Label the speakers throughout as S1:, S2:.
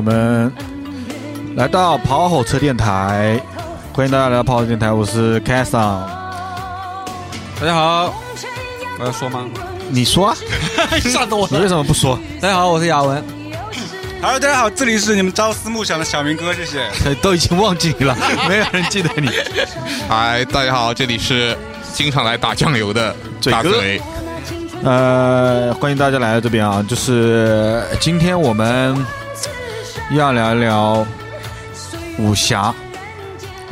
S1: 们来到跑火车电台，欢迎大家来到跑火车电台，我是 k a s o n
S2: 大家好，我要说吗？
S1: 你说 啊，
S2: 吓得我
S1: 你为什么不说？
S2: 大家好，我是雅文。
S3: Hello，大家好，这里是你们朝思暮想的小明哥，谢谢。
S1: 都已经忘记你了，没有人记得你。
S4: 嗨，大家好，这里是经常来打酱油的
S1: 嘴
S4: 大
S1: 哥
S4: 嘴。
S1: 呃，欢迎大家来到这边啊，就是今天我们要聊一聊武侠。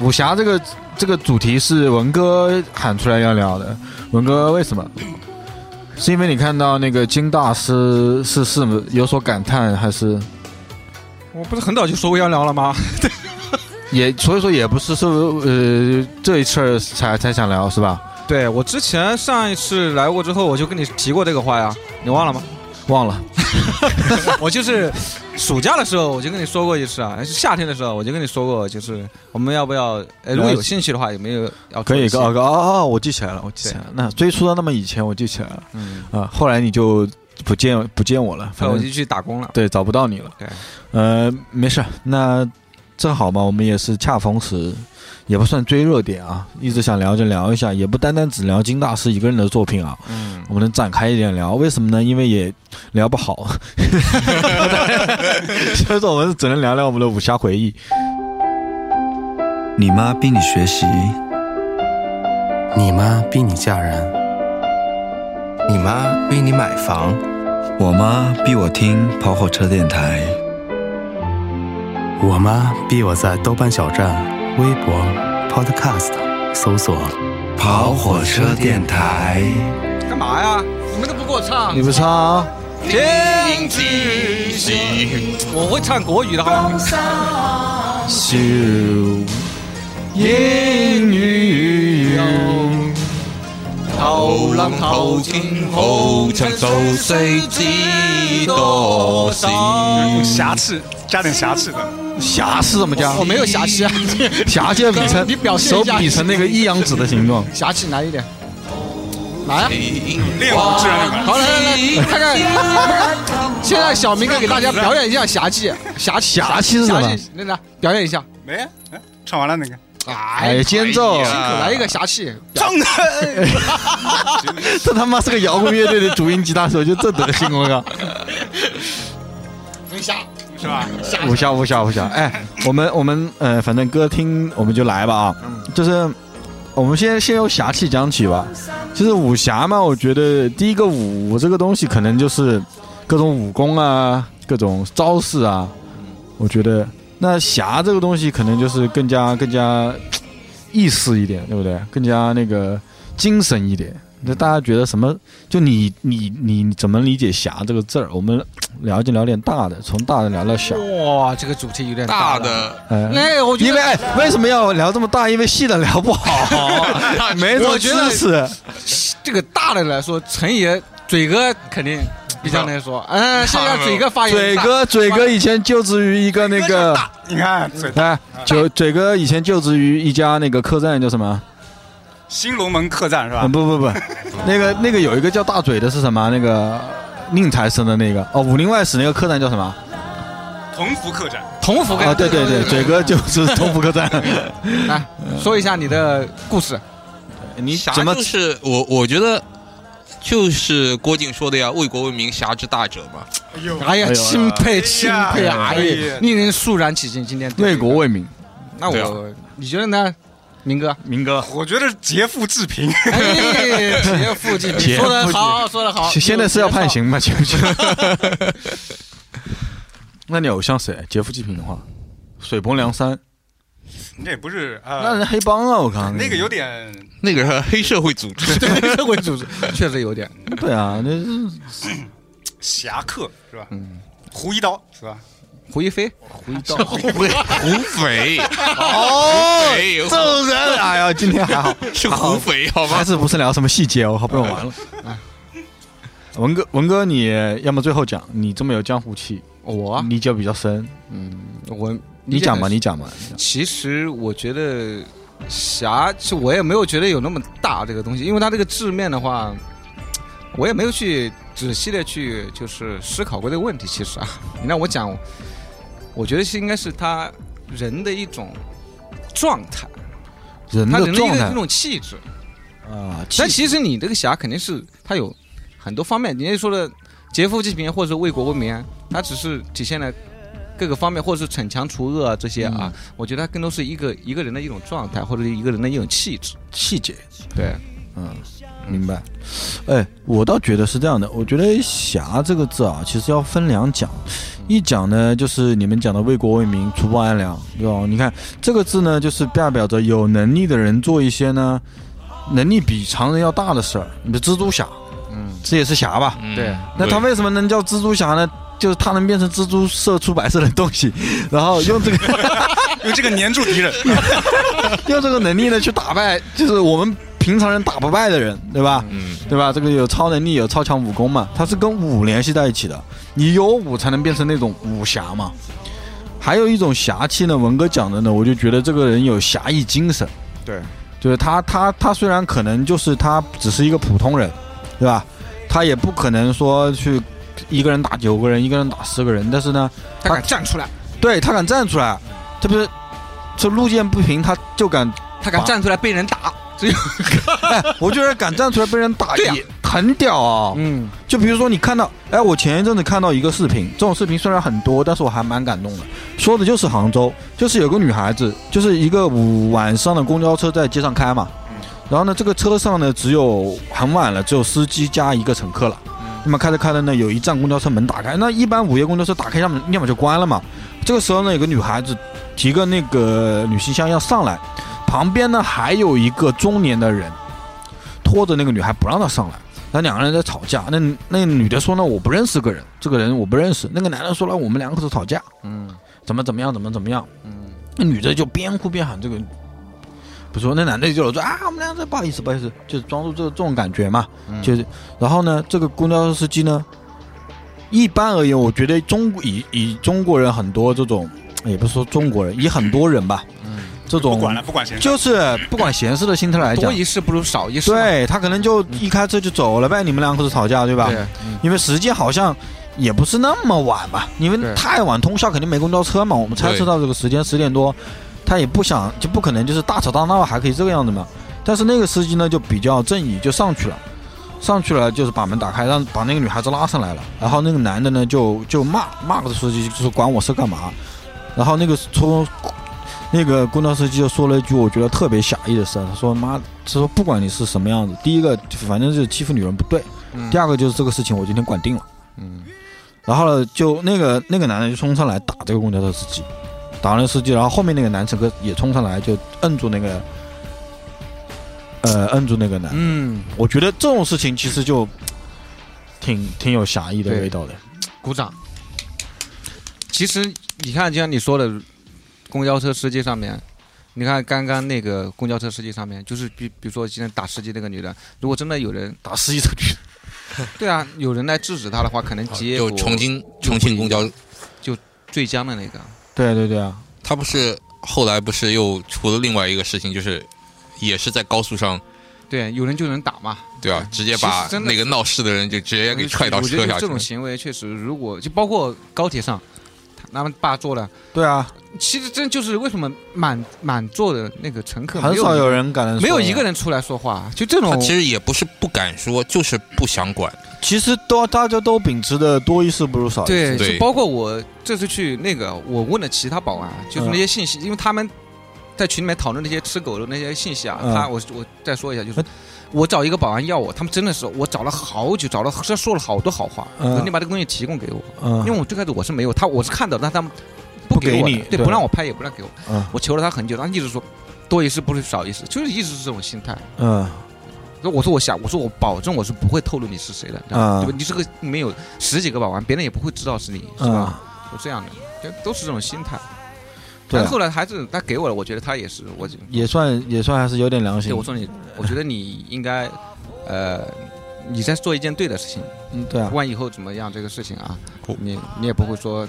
S1: 武侠这个这个主题是文哥喊出来要聊的，文哥为什么？是因为你看到那个金大师逝世有所感叹，还是
S2: 我不是很早就说过要聊了 吗？
S1: 也所以说也不是是呃这一次儿才才想聊是吧？
S2: 对我之前上一次来过之后，我就跟你提过这个话呀，你忘了吗？
S1: 忘了，
S2: 我就是暑假的时候我就跟你说过一次啊，还是夏天的时候我就跟你说过，就是我们要不要？哎，如果有兴趣的话，有没有要
S1: 可以
S2: 做
S1: 哥
S2: 一期
S1: 哦哦，我记起来了，我记起来了。那追溯到那么以前，我记起来了。
S2: 嗯，
S1: 啊，后来你就不见不见我了，
S2: 后
S1: 反
S5: 啊
S2: 来我
S1: 正
S2: 就去打工了。
S1: 对找不到你了。
S2: 对，
S1: 呃，没事儿，那正好嘛，我们也是恰逢时，也不算追热点啊，一直想聊就聊一下，也不单单只聊金大师一个人的作品啊，
S2: 嗯，
S1: 我们能展开一点聊，为什么呢？因为也聊 不好，就是我们只能聊聊我们的武侠回忆。
S6: 你妈逼你学习，
S7: 你妈逼你嫁人，你妈逼你买房，
S6: 我妈逼我听跑火车电台，
S7: 我妈逼我在豆瓣小站、微博、Podcast 搜索。
S6: 跑火车电台。
S2: 干嘛呀？你们都不给我唱
S1: 你，不唱啊？
S2: 停止！我会唱国语的好吗？
S1: 秀英语
S2: 后
S4: 浪淘尽豪情做世知多少
S3: 用嗯瑕疵，加点瑕疵的。
S1: 侠是怎么加？
S5: 我没有侠气啊，
S1: 侠界比成，
S5: 你表现
S1: 手
S5: 一下
S1: 比成那个一阳指的形状。
S5: 侠气来一点，来啊！
S3: 练武之人有关，
S5: 好，来来来，看看，现在小明哥给大家表演一下侠气，侠气，
S1: 侠气是什么
S5: 侠气来来，表演一下，
S3: 没，哎唱完了那个，
S1: 哎，
S5: 哎，
S1: 间奏，
S5: 来一个侠气，
S3: 唱的。哎
S1: 这他妈是个摇滚乐队的主音吉他手，就这德行，我靠！
S5: 没侠，
S3: 是吧？
S1: 武侠，武侠，武侠！哎，我们我们呃，反正歌听我们就来吧啊，就是我们先先由侠气讲起吧。就是武侠嘛，我觉得第一个武这个东西，可能就是各种武功啊，各种招式啊。我觉得那侠这个东西，可能就是更加更加意识一点，对不对？更加那个精神一点。那大家觉得什么？就你你你你怎么理解“侠”这个字儿？我们聊就聊点大的，从大的聊到小。
S2: 哇，这个主题有点
S4: 大
S2: 了。
S4: 的
S1: 哎，
S5: 哎，我觉
S1: 因为
S5: 得
S1: 哎，为什么要聊这么大？因为细的聊 不好，没什么
S5: 我觉得
S1: 知识。
S5: 这个大的来说，陈爷、嘴哥肯定比较能说，嗯，现在嘴哥发言
S1: 嘴
S5: 一下，
S1: 哥，嘴哥以前就职于一个那个，
S3: 你看，嘴
S1: 哎，嘴嘴哥以前就职于一家那个客栈，叫什么？
S3: 新龙门客栈是吧
S5: 啊
S1: 嗯，？不不不，那个那个有一个叫大嘴的是什么？那个宁财神的那个哦，武林外史那个客栈叫什么？
S3: 同福客栈，
S5: 同福哥，
S1: 啊，对对对，嘴 哥就是同福客栈。
S5: 来哎说一下你的故事，
S1: 你
S4: 侠
S1: 怎么
S4: 就是我，我觉得就是郭靖说的呀，为国为民，侠之大者嘛。
S3: 哎呦
S5: 哎呀，
S1: 哎呦
S5: 钦佩钦
S3: 哎
S5: 佩，
S3: 呀
S5: 哎
S3: 哎呀
S5: 呀，令人肃然起敬，今天对
S1: 为
S5: 这个
S1: 国为民？
S5: 那
S4: 对
S5: 我，你觉得呢，明哥？
S1: 明哥，
S3: 我觉得劫富济贫，
S5: 哎，劫富济贫，
S1: 劫富
S5: 说的
S1: 济
S5: 好，说的好。
S1: 现在是要判刑吗？行不行？ 那你偶像谁？劫富济贫的话，水泊梁山，
S3: 那也不是
S2: 哎
S1: 那
S3: 呃
S1: 是，黑帮啊！我靠，
S3: 那个有点
S4: 那个是黑社会组织，
S5: 对社会组织，确实有点。
S1: 对啊， 那是
S3: 侠客是吧？胡一刀是吧？
S5: 胡一菲，
S4: 胡匪。哦，
S1: 种人。
S2: 啊
S1: 哎呀，今天 还好，
S4: 是胡匪好
S1: 还
S4: 吗？
S1: 是不是聊什么细节？我好不容易完 了。哎文哥，文哥，你要么最后讲，你这么有江湖气，
S2: 啊
S5: 我啊
S1: 你就比较深，
S5: 我
S1: 嗯你讲吧，你。讲吧。
S5: 其实我觉得侠，其实我也没有觉得有那么大这个东西，因为它这个字面的话，我也没 有去仔细的去就是思考过这个问题。其实啊，你让我讲，
S2: 我觉得是应该是他人的一种状态，
S1: 人
S2: 他
S1: 的
S2: 人的一
S1: 状
S2: 个
S1: 态
S2: 一种气质。
S1: 啊，
S2: 但其实你这个侠肯定是他有很多方面，你也说的劫富济贫或者是为国为民，他只是体现了各个方面，或者是惩强除恶啊这些啊。我觉得他更多是一个一个人的一种状态，或者是一个人的一种气质。
S1: 气节，
S2: 对，
S1: 嗯，明白。哎，我倒觉得是这样的，我觉得“侠”这个字啊，其实要分两讲，一讲呢就是你们讲的为国为民、除暴安良，对吧？你看这个字呢，就是代表着有能力的人做一些呢能力比常人要大的事儿，你的蜘蛛侠，嗯，这也是侠吧？
S4: 嗯
S2: 对
S1: 那他为什么能叫蜘蛛侠呢？就是他能变成蜘蛛，射出白色的东西，然后用这个
S3: 用这个粘住敌人。
S1: 用这个能力呢去打败，就是我们平常人打不败的人，对吧？
S4: 嗯，
S1: 对吧？这个有超能力，有超强武功嘛，它是跟武联系在一起的。你有武才能变成那种武侠嘛。还有一种侠气呢，文哥讲的呢，我就觉得这个人有侠义精神。
S2: 对，
S1: 就是他，他，他虽然可能就是他只是一个普通人，对吧？他也不可能说去一个人打九个人，一个人打十个人，但是呢，
S2: 他敢站出来，
S1: 对他敢站出来，这不是这路见不平他就敢，
S2: 他敢站出来被人打。
S1: 哎，我觉得敢站出来被人打
S2: 对呀
S1: 也很屌啊、
S2: 嗯，
S1: 就比如说你看到，哎，我前一阵子看到一个视频，这种视频虽然很多，但是我还蛮感动的。说的就是杭州，就是有个女孩子，就是一个午晚上的公交车在街上开嘛，
S2: 嗯
S1: 然后呢，这个车上呢只有很晚了，只有司机加一个乘客了。
S2: 嗯
S1: 那么开着开着呢，有一站公交车门打开，那一般午夜公交车打开要么要么就关了嘛。这个时候呢，有个女孩子提个那个旅行箱要上来，旁边呢还有一个中年的人拖着那个女孩不让她上来。那两个人在吵架，那那女的说呢，我不认识个人，这个人我不认识。那个男的说了，我们两口子吵架，嗯，怎么怎么样，怎么怎么样，嗯，那女的就边哭边喊这个，不是说那男的就说啊，我们俩在不好意思，不好意思，就是装出这这种感觉嘛，
S3: 嗯
S1: 就是，然后呢，这个公交车司机呢，一般而言，我觉得中以以中国人很多这种，也不是说中国人，以很多人吧，嗯，这种
S3: 不管了，不管闲事。
S1: 就是不管闲事的心态来讲
S2: 多，一事不如少一事嘛。
S1: 对他可能就一开车就走了呗，你们两口子吵架对吧？
S2: 对，
S1: 因为时间好像也不是那么晚嘛，因为
S2: 对
S1: 太晚通宵肯定没公交车嘛，我们猜测到这个时间十点多，他也不想就不可能就是大吵大闹还可以这个样子嘛。但是那个司机呢就比较正义，就上去了，上去了就是把门打开，让把那个女孩子拉上来了，然后那个男的呢就就骂骂个司机，就是管我事干嘛，然后那个从。那个公交司机就说了一句我觉得特别侠义的事，他说：“妈，他说不管你是什么样子，第一个反正就是欺负女人不对，
S2: 嗯
S1: 第二个就是这个事情我今天管定了。”然后呢，就那个那个男的就冲上来打这个公交车司机，打完了司机，然后后面那个男乘客也冲上来就摁住那个，呃，摁住那个男。
S2: 嗯，
S1: 我觉得这种事情其实就挺挺有侠义的
S2: 对
S1: 味道的。
S2: 鼓掌。其实你看，就像你说的，公交车司机上面，你看刚刚那个公交车司机上面，就是比比如说今天打司机那个女的，如果真的有人，
S1: 打司机这个女的
S2: 对啊，有人来制止她的话，可能结
S4: 哦就
S2: 果
S4: 重庆重庆公交，
S2: 最僵的那个，
S1: 对对对啊，
S4: 他不是后来不是又出了另外一个事情，就是也是在高速上，
S2: 对，有人就能打嘛。
S4: 对吧？直接把
S2: 其实真的
S4: 那个闹事的人就直接给踹到
S2: 我觉得
S4: 车
S2: 就
S4: 下去
S2: 这种
S4: 了。
S2: 行为确实，如果就包括高铁上，他他们霸座的，
S1: 对啊，
S2: 其实真就是为什么满满座的那个乘客
S1: 很
S2: 没有
S1: 少有人敢说
S2: 没有一个，人出来说话，就这
S4: 他
S2: 种
S4: 其实也不是不敢说，就是不想管。
S1: 其实都大家都秉持的多一事不如少一事。
S2: 对，
S4: 对
S2: 就包括我这次去那个，我问了其他保安，啊
S1: 嗯
S2: 就是那些信息，因为他们在群里面讨论那些吃狗的那些信息啊，
S1: 嗯
S2: 他我我再说一下，就是
S1: 嗯
S2: 我找一个保安要我，他们真的是我找了好久，找了这说了好多好话，
S1: 嗯
S2: 我说你把这个东西提供给我，
S1: 嗯，
S2: 因为我最开始我是没有，他我是看到，但他们不
S1: 不给
S2: 我的
S1: 你
S2: 对，
S1: 对
S2: 不让我拍也不让给我
S1: 嗯，
S2: 我求了他很久，他一直说多一事不如少一事，就是一直是这种心态。
S1: 嗯
S2: 所以我说我想，我说我保证我是不会透露你是谁的，对
S1: 啊
S2: 吧？你这个里面有十几个保安，别人也不会知道是你，是
S1: 嗯
S2: 吧？，就这样的，就都是这种心态。
S1: 对
S2: 但
S1: 啊，
S2: 后来还是他给我了，我觉得他也是，我就
S1: 也算也算还是有点良心
S2: 对。我说你， 我觉得你应该，呃，你在做一件对的事情，
S1: 嗯，对啊
S2: 不，管以后怎么样这个事情啊
S4: 我，
S2: 你你也不会说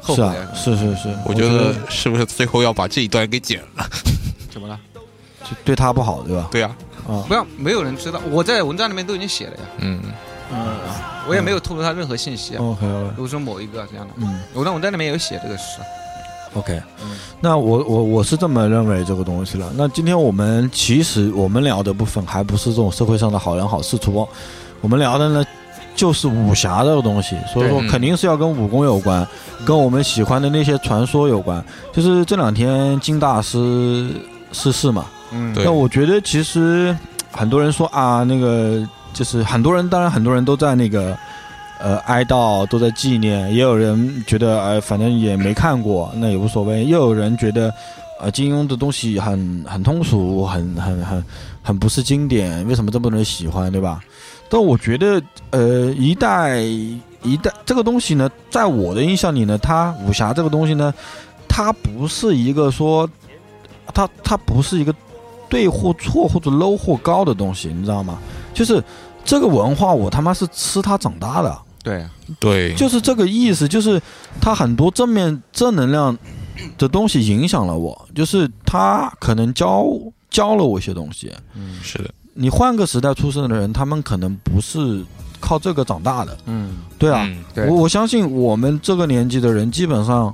S2: 后
S1: 是
S2: 悔
S1: 啊
S2: 啊，
S1: 是是是，
S4: 我觉得是不是最后要把这一段给剪了？
S2: 怎么了？
S1: 就对他不好，对吧？
S4: 对啊，
S1: 啊，
S2: 不要，没有人知道，我在文章里面都已经写了呀。
S4: 嗯，
S1: 嗯
S2: 我也没有透露他任何信息啊。
S1: ，OK OK，
S2: 比如说某一个这样的，
S1: 嗯
S2: 我那我在里面有写这个啊诗，
S1: OK，那
S2: 嗯
S1: 我我我是这么认为这个东西了。那今天我们其实我们聊的部分还不是这种社会上的好人好事图报，我们聊的呢就是武侠这个东西，所以说
S4: 对嗯
S1: 肯定是要跟武功有关，
S2: 嗯
S1: 跟我们喜欢的那些传说有关。就是这两天金大师逝世嘛，
S2: 嗯
S4: 对
S1: 那我觉得其实很多人说啊，那个就是很多人，当然很多人都在那个呃哀悼，都在纪念，也有人觉得哎、反正也没看过，那也无所谓；，又有人觉得呃金庸的东西很很通俗，很很很很不是经典，为什么这么多人喜欢，对吧？但我觉得呃一代一代这个东西呢，在我的印象里呢，它武侠这个东西呢，它不是一个说。它它不是一个对或错或者 low 或高的东西，你知道吗？就是这个文化，我他妈是吃它长大的，
S2: 对啊，
S4: 对，
S1: 就是这个意思，就是它很多正面正能量的东西影响了我，就是它可能教教了我一些东西。
S4: 是的，
S1: 你换个时代出生的人，他们可能不是靠这个长大的，
S2: 嗯，
S1: 对啊，
S4: 嗯
S2: 对
S1: 我我相信我们这个年纪的人，基本上，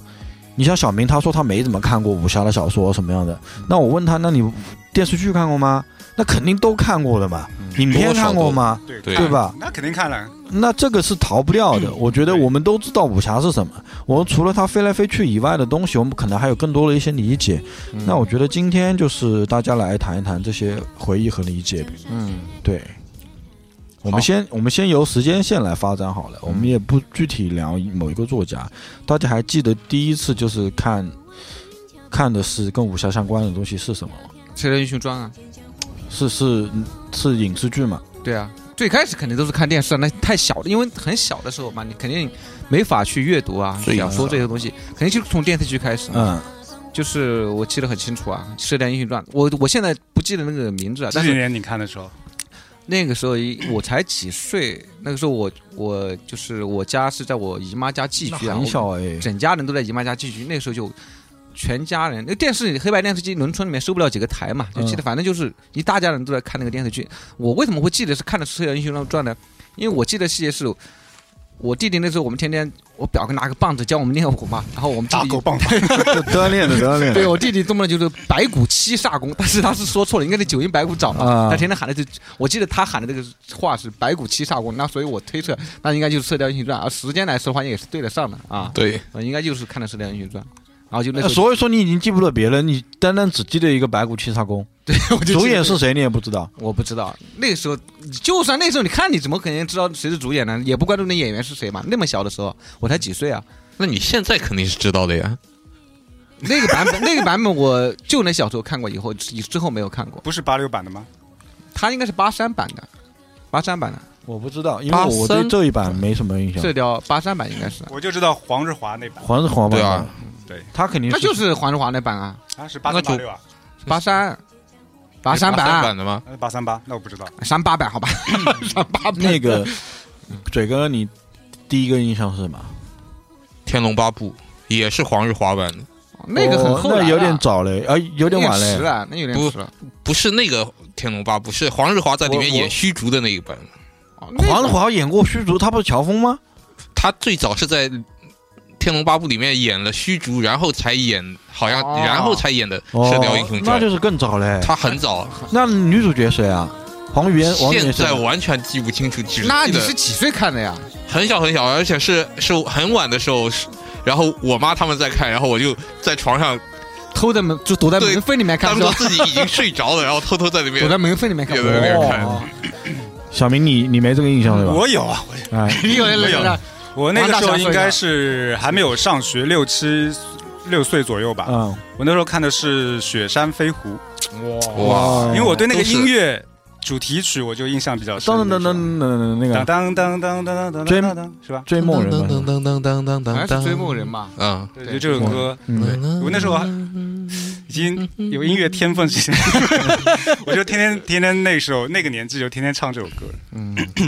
S1: 你像小明，他说他没怎么看过武侠的小说什么样的。那我问他，那你电视剧看过吗？那肯定都看过的嘛。影片看过吗？
S3: 对
S4: 对
S1: 对吧？
S3: 那肯定看了，
S1: 那这个是逃不掉的。我觉得我们都知道武侠是什么，我们除了它飞来飞去以外的东西，我们可能还有更多的一些理解。那我觉得今天就是大家来谈一谈这些回忆和理解。
S2: 嗯，
S1: 对，我们先我们先由时间线来发展好了，我们也不具体聊某一个作家。大家还记得第一次就是看看的是跟武侠相关的东西是什么吗？
S2: 《射雕英雄传》啊，
S1: 是是是影视剧嘛？
S2: 对啊，最开始肯定都是看电视啊，那太小了，因为很小的时候嘛，你肯定没法去阅读啊，
S1: 对
S2: 小说这些东西，肯定就是从电视剧开始嘛。
S1: 嗯，
S2: 就是我记得很清楚啊，《射雕英雄传》，我我现在不记得那个名字啊，
S3: 这
S2: 但
S3: 几
S2: 是
S3: 年你看的时候，
S2: 那个时候一我才几岁，那个时候我我就是我家是在我姨妈家寄
S1: 那
S2: 居啊，
S1: 很小哎，
S2: 整家人都在姨妈家寄居，那时候就全家人，那电视黑白电视机，农村里面收不了几个台嘛，就记得反正就是一大家人都在看那个电视剧。我为什么会记得是看的《射雕英雄传》呢？因为我记得细节是，我弟弟那时候我们天天，我表哥拿个棒子教我们练武嘛，然后我们弟
S3: 打
S2: 弟
S3: 狗棒棒，
S1: 锻炼的锻炼
S2: 对我弟弟动不动就是百股七煞功，但是他是说错了，应该是九阴白骨爪嘛。
S1: 啊
S2: 他天天喊的这，我记得他喊的这个话是百股七煞功，那所以我推测那应该就是《射雕英雄传》，而啊时间来说的话也是对得上的啊，
S4: 对，
S2: 呃应该就是看的《射雕英雄传》，然后就那
S1: 呃
S2: 时候
S1: 所以说你已经记不得别人，你单单只记得一个白骨七杀功，
S2: 我就记得
S1: 主演是谁你也不知道。
S2: 我不知道，那个时候就算那时候你看你怎么可能知道谁是主演呢？也不关注那演员是谁嘛。那么小的时候，我才几岁啊，
S4: 那你现在肯定是知道的呀。
S2: 那个版本那个版本我就那小时候看过，以后之后没有看过，
S3: 不是八六版的吗？
S2: 他应该是八三版的，八三版的。
S1: 我不知道，因为
S4: 八
S1: 我对
S4: 三
S1: 这一版没什么印象。
S2: 射雕八三版应该是，
S3: 我就知道黄日华那版，
S1: 黄是黄吧？
S4: 对啊，
S3: 对，
S1: 他肯定
S2: 那
S1: 是
S2: 就是黄日华那版啊，
S3: 啊是八三八六啊，
S2: 八三，八
S4: 三
S2: 三版啊，
S4: 版的吗？
S3: 呃八三八，那我不知道，
S2: 三八版 好吧，三八 版
S1: 那个嘴哥，你第一个印象是什么？
S4: 《天龙八部》也是黄日华版的，
S2: 那个很
S1: 哦
S2: 后来了
S1: 那有点早嘞，啊，有点晚
S2: 有
S1: 嘞
S2: 迟。了，那有点迟了。
S4: 不是那个《天龙八部》，是黄日华在里面
S2: 我我
S4: 演虚竹的那一版。
S2: 哦那个
S1: 黄日华演过虚竹，他不是乔峰吗？
S4: 他最早是在《天龙八部》里面演了虚竹，然后才演好像，
S2: 哦
S4: 然后才演的《
S1: 哦
S4: 射雕英雄，
S1: 那
S4: 传》
S1: 就是更早嘞。
S4: 他很早，
S1: 那女主角谁啊？黄猿，王语
S4: 现
S1: 嫣是啊
S4: 在
S1: 吧
S4: 完全记不清楚，只
S2: 那
S4: 记
S2: 你
S4: 得
S2: 是几岁看的呀？
S4: 很小很小，而且是是很晚的时候，是然后我妈他们在看，然后我就在床上，
S2: 偷在门就躲在
S4: 对
S2: 门缝里面
S4: 他
S2: 看
S4: 们
S2: 是
S4: 说
S2: 吧？
S4: 自己已经睡着了，然后偷偷在里面
S2: 躲在门缝里面看
S4: 也。在那边看。
S1: 哦小明，你你没这个印象对吧？
S3: 我有啊，我
S1: 哎，
S2: 你有人
S3: 我有
S2: 能
S3: 我那个时候应该是还没有上学，六七六岁左右吧，
S1: 嗯，
S3: 我那时候看的是《雪山飞狐》，
S4: 哇，
S3: 因为我对
S1: 嗯
S3: 那个
S4: 都是
S3: 音乐主题曲我就印象比较深。
S1: 当当当当当那个
S3: 当当当当当当当当当，是吧？
S1: 追梦人嘛，
S4: 噔噔噔噔噔
S2: 好像
S4: 噔
S2: 是追梦人吧？
S4: 嗯，
S3: 对，就这首歌，
S1: 嗯，
S3: 我那时候还经有音乐天分之前， 我就天天天天那时候那个年纪就天天唱这首歌。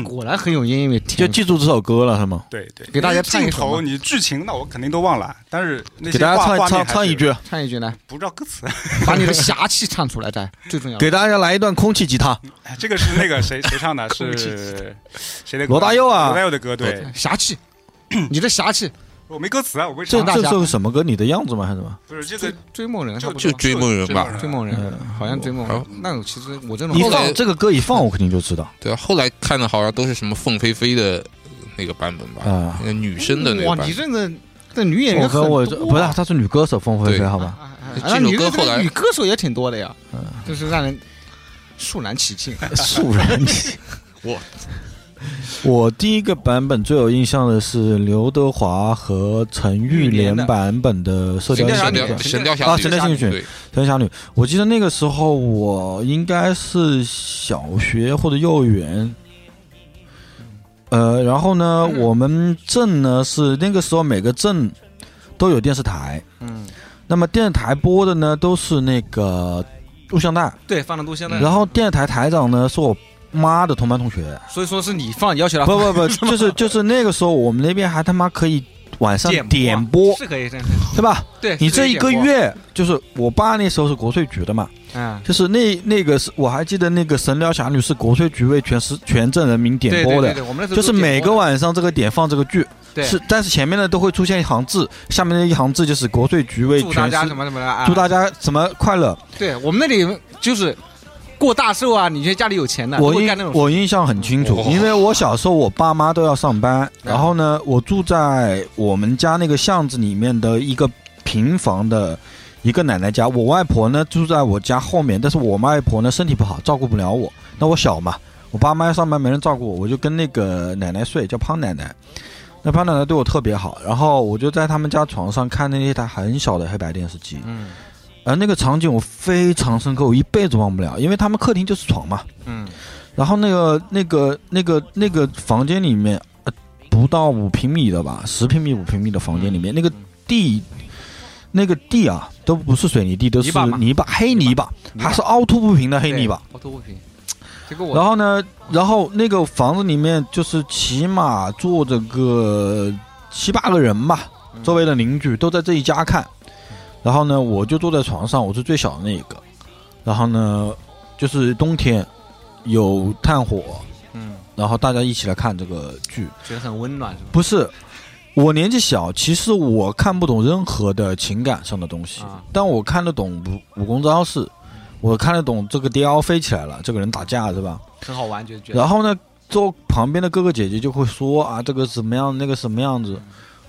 S2: 果然很有音乐
S1: 嗯就
S2: 天赋，
S1: 记住这首歌了是吗？
S3: 对对，
S2: 给大家唱一
S3: 镜
S2: 首
S3: 头，
S2: 吗
S3: 你剧情那我肯定都忘了，啊但是那
S1: 给
S3: 些
S1: 大家
S3: 画
S1: 唱一
S3: 画
S1: 唱
S3: 面还
S1: 唱
S3: 是
S1: 一句，
S2: 唱一句来，
S3: 不知道歌词。
S2: 把你的侠气唱出来，再 最重要的。
S1: 给大家来一段空气吉他。
S3: 这个是那个谁谁唱的？是谁的歌？
S1: 罗大佑啊
S3: 罗大佑的歌。对，
S2: 侠气，
S1: 嗯
S2: 你的侠气，
S3: 我没歌词啊，我为啥
S1: 这？
S2: 大
S1: 这
S2: 侠
S1: 是什么歌？你的样子吗？还是什么？
S3: 不是这个
S2: 追梦人差
S3: 就
S2: 不多，
S4: 就追梦人吧
S2: 追梦人，好像追梦人
S4: 好。
S2: 那我其实我这种
S1: 一
S4: 后来
S1: 嗯放这个歌一放，我肯定就知道。
S4: 对啊，后来看的好像都是什么凤飞飞的那个版本吧，
S1: 啊
S4: 那个女生的那个
S2: 哇，
S4: 版
S2: 你
S4: 本。
S2: 这个这女演员
S1: 我
S2: 很
S1: 跟我
S2: 多啊
S1: 不是，她是女歌手凤飞飞，
S4: 对
S1: 好吧？
S2: 哎
S4: 这首
S2: 女
S4: 歌后来
S2: 女歌手也挺多的呀，
S1: 嗯
S2: 就是让人肃然起敬。
S1: 肃 然起。
S4: 我
S1: 我第一个版本最有印象的是刘德华和陈玉莲版本的《射雕
S4: 神
S1: 英
S4: 雕
S1: 雄传》。
S4: 侠侣
S2: 神
S4: 神雕侠
S1: 啊
S4: 侣，
S1: 神雕侠侣
S4: 对，
S1: 神雕侠侣，我记得那个时候我应该是小学或者幼儿园。呃，然后呢，
S4: 嗯
S1: 我们镇呢是那个时候每个镇都有电视台，
S2: 嗯，
S1: 那么电视台播的呢都是那个录像带，
S2: 对，放了录像带，
S1: 然后电视台台长呢是我妈的同班同学，
S2: 所以说是你放，要求他
S1: 不不 不，就是就是那个时候我们那边还他妈可以晚上
S2: 点
S1: 点播，
S2: 是可以这样，
S1: 对吧？
S2: 对
S1: 你这一个，
S2: 是可以
S1: 月就是我爸那时候是国税局的嘛，
S2: 点播嗯，
S1: 就是那那个是我还记得那个《神雕侠侣》是国税局为全市全镇人民点
S2: 对
S1: 播
S2: 对
S1: 的
S2: 对，对，我们那时候
S1: 就是
S2: 都点
S1: 每个
S2: 播的
S1: 晚上这个点放这个剧，
S2: 对
S1: 是但是前面呢都会出现一行字，下面的一行字就是国税局为
S2: 祝大
S1: 全
S2: 家
S1: 市
S2: 什么什么的啊，
S1: 祝大家什么快乐。
S2: 对我们那里就是过大寿啊，你觉得家里有钱的，
S1: 我
S2: 都会
S1: 印
S2: 干那种事
S1: 我印象很清楚
S4: 哇，
S1: 因为我小时候我爸妈都要上
S2: 嗯
S1: 班，然后呢，我住在我们家那个巷子里面的一个平房的一个奶奶家，我外婆呢住在我家后面，但是我外婆呢身体不好，照顾不了我，那我小嘛，我爸妈要上班没人照顾我，我就跟那个奶奶睡，叫胖奶奶。那胖奶奶对我特别好，然后我就在他们家床上看那一台很小的黑白电视机，
S2: 嗯
S1: 而那个场景我非常深刻，我一辈子忘不了，因为他们客厅就是床嘛，
S2: 嗯，
S1: 然后那个那个那个那个房间里面，呃不到五平米的吧，十平米五平米的房间里面，
S2: 嗯
S1: 那个地，那个地啊，都不是水泥地，都是
S2: 泥巴嘛
S1: 泥巴黑泥巴，
S2: 泥巴
S1: 还是凹凸不平的黑
S2: 对
S1: 泥巴。，
S2: 凹凸不平。这个我
S1: 然后呢，然后那个房子里面就是起码坐着个七八个人吧，
S2: 嗯
S1: 周围的邻居都在这一家看。然后呢，我就坐在床上，我是最小的那一个。然后呢，就是冬天有炭火，
S2: 嗯
S1: 然后大家一起来看这个剧。
S2: 觉得很温暖是吧？
S1: 不是，我年纪小，其实我看不懂任何的情感上的东西，
S2: 啊嗯
S1: 但我看得懂武武功招式，我看得懂这个雕飞起来了，这个人打架是吧？
S2: 很好玩，觉得觉得
S1: 然后呢，就旁边的哥哥姐姐就会说啊，这个什么样，那个什么样子。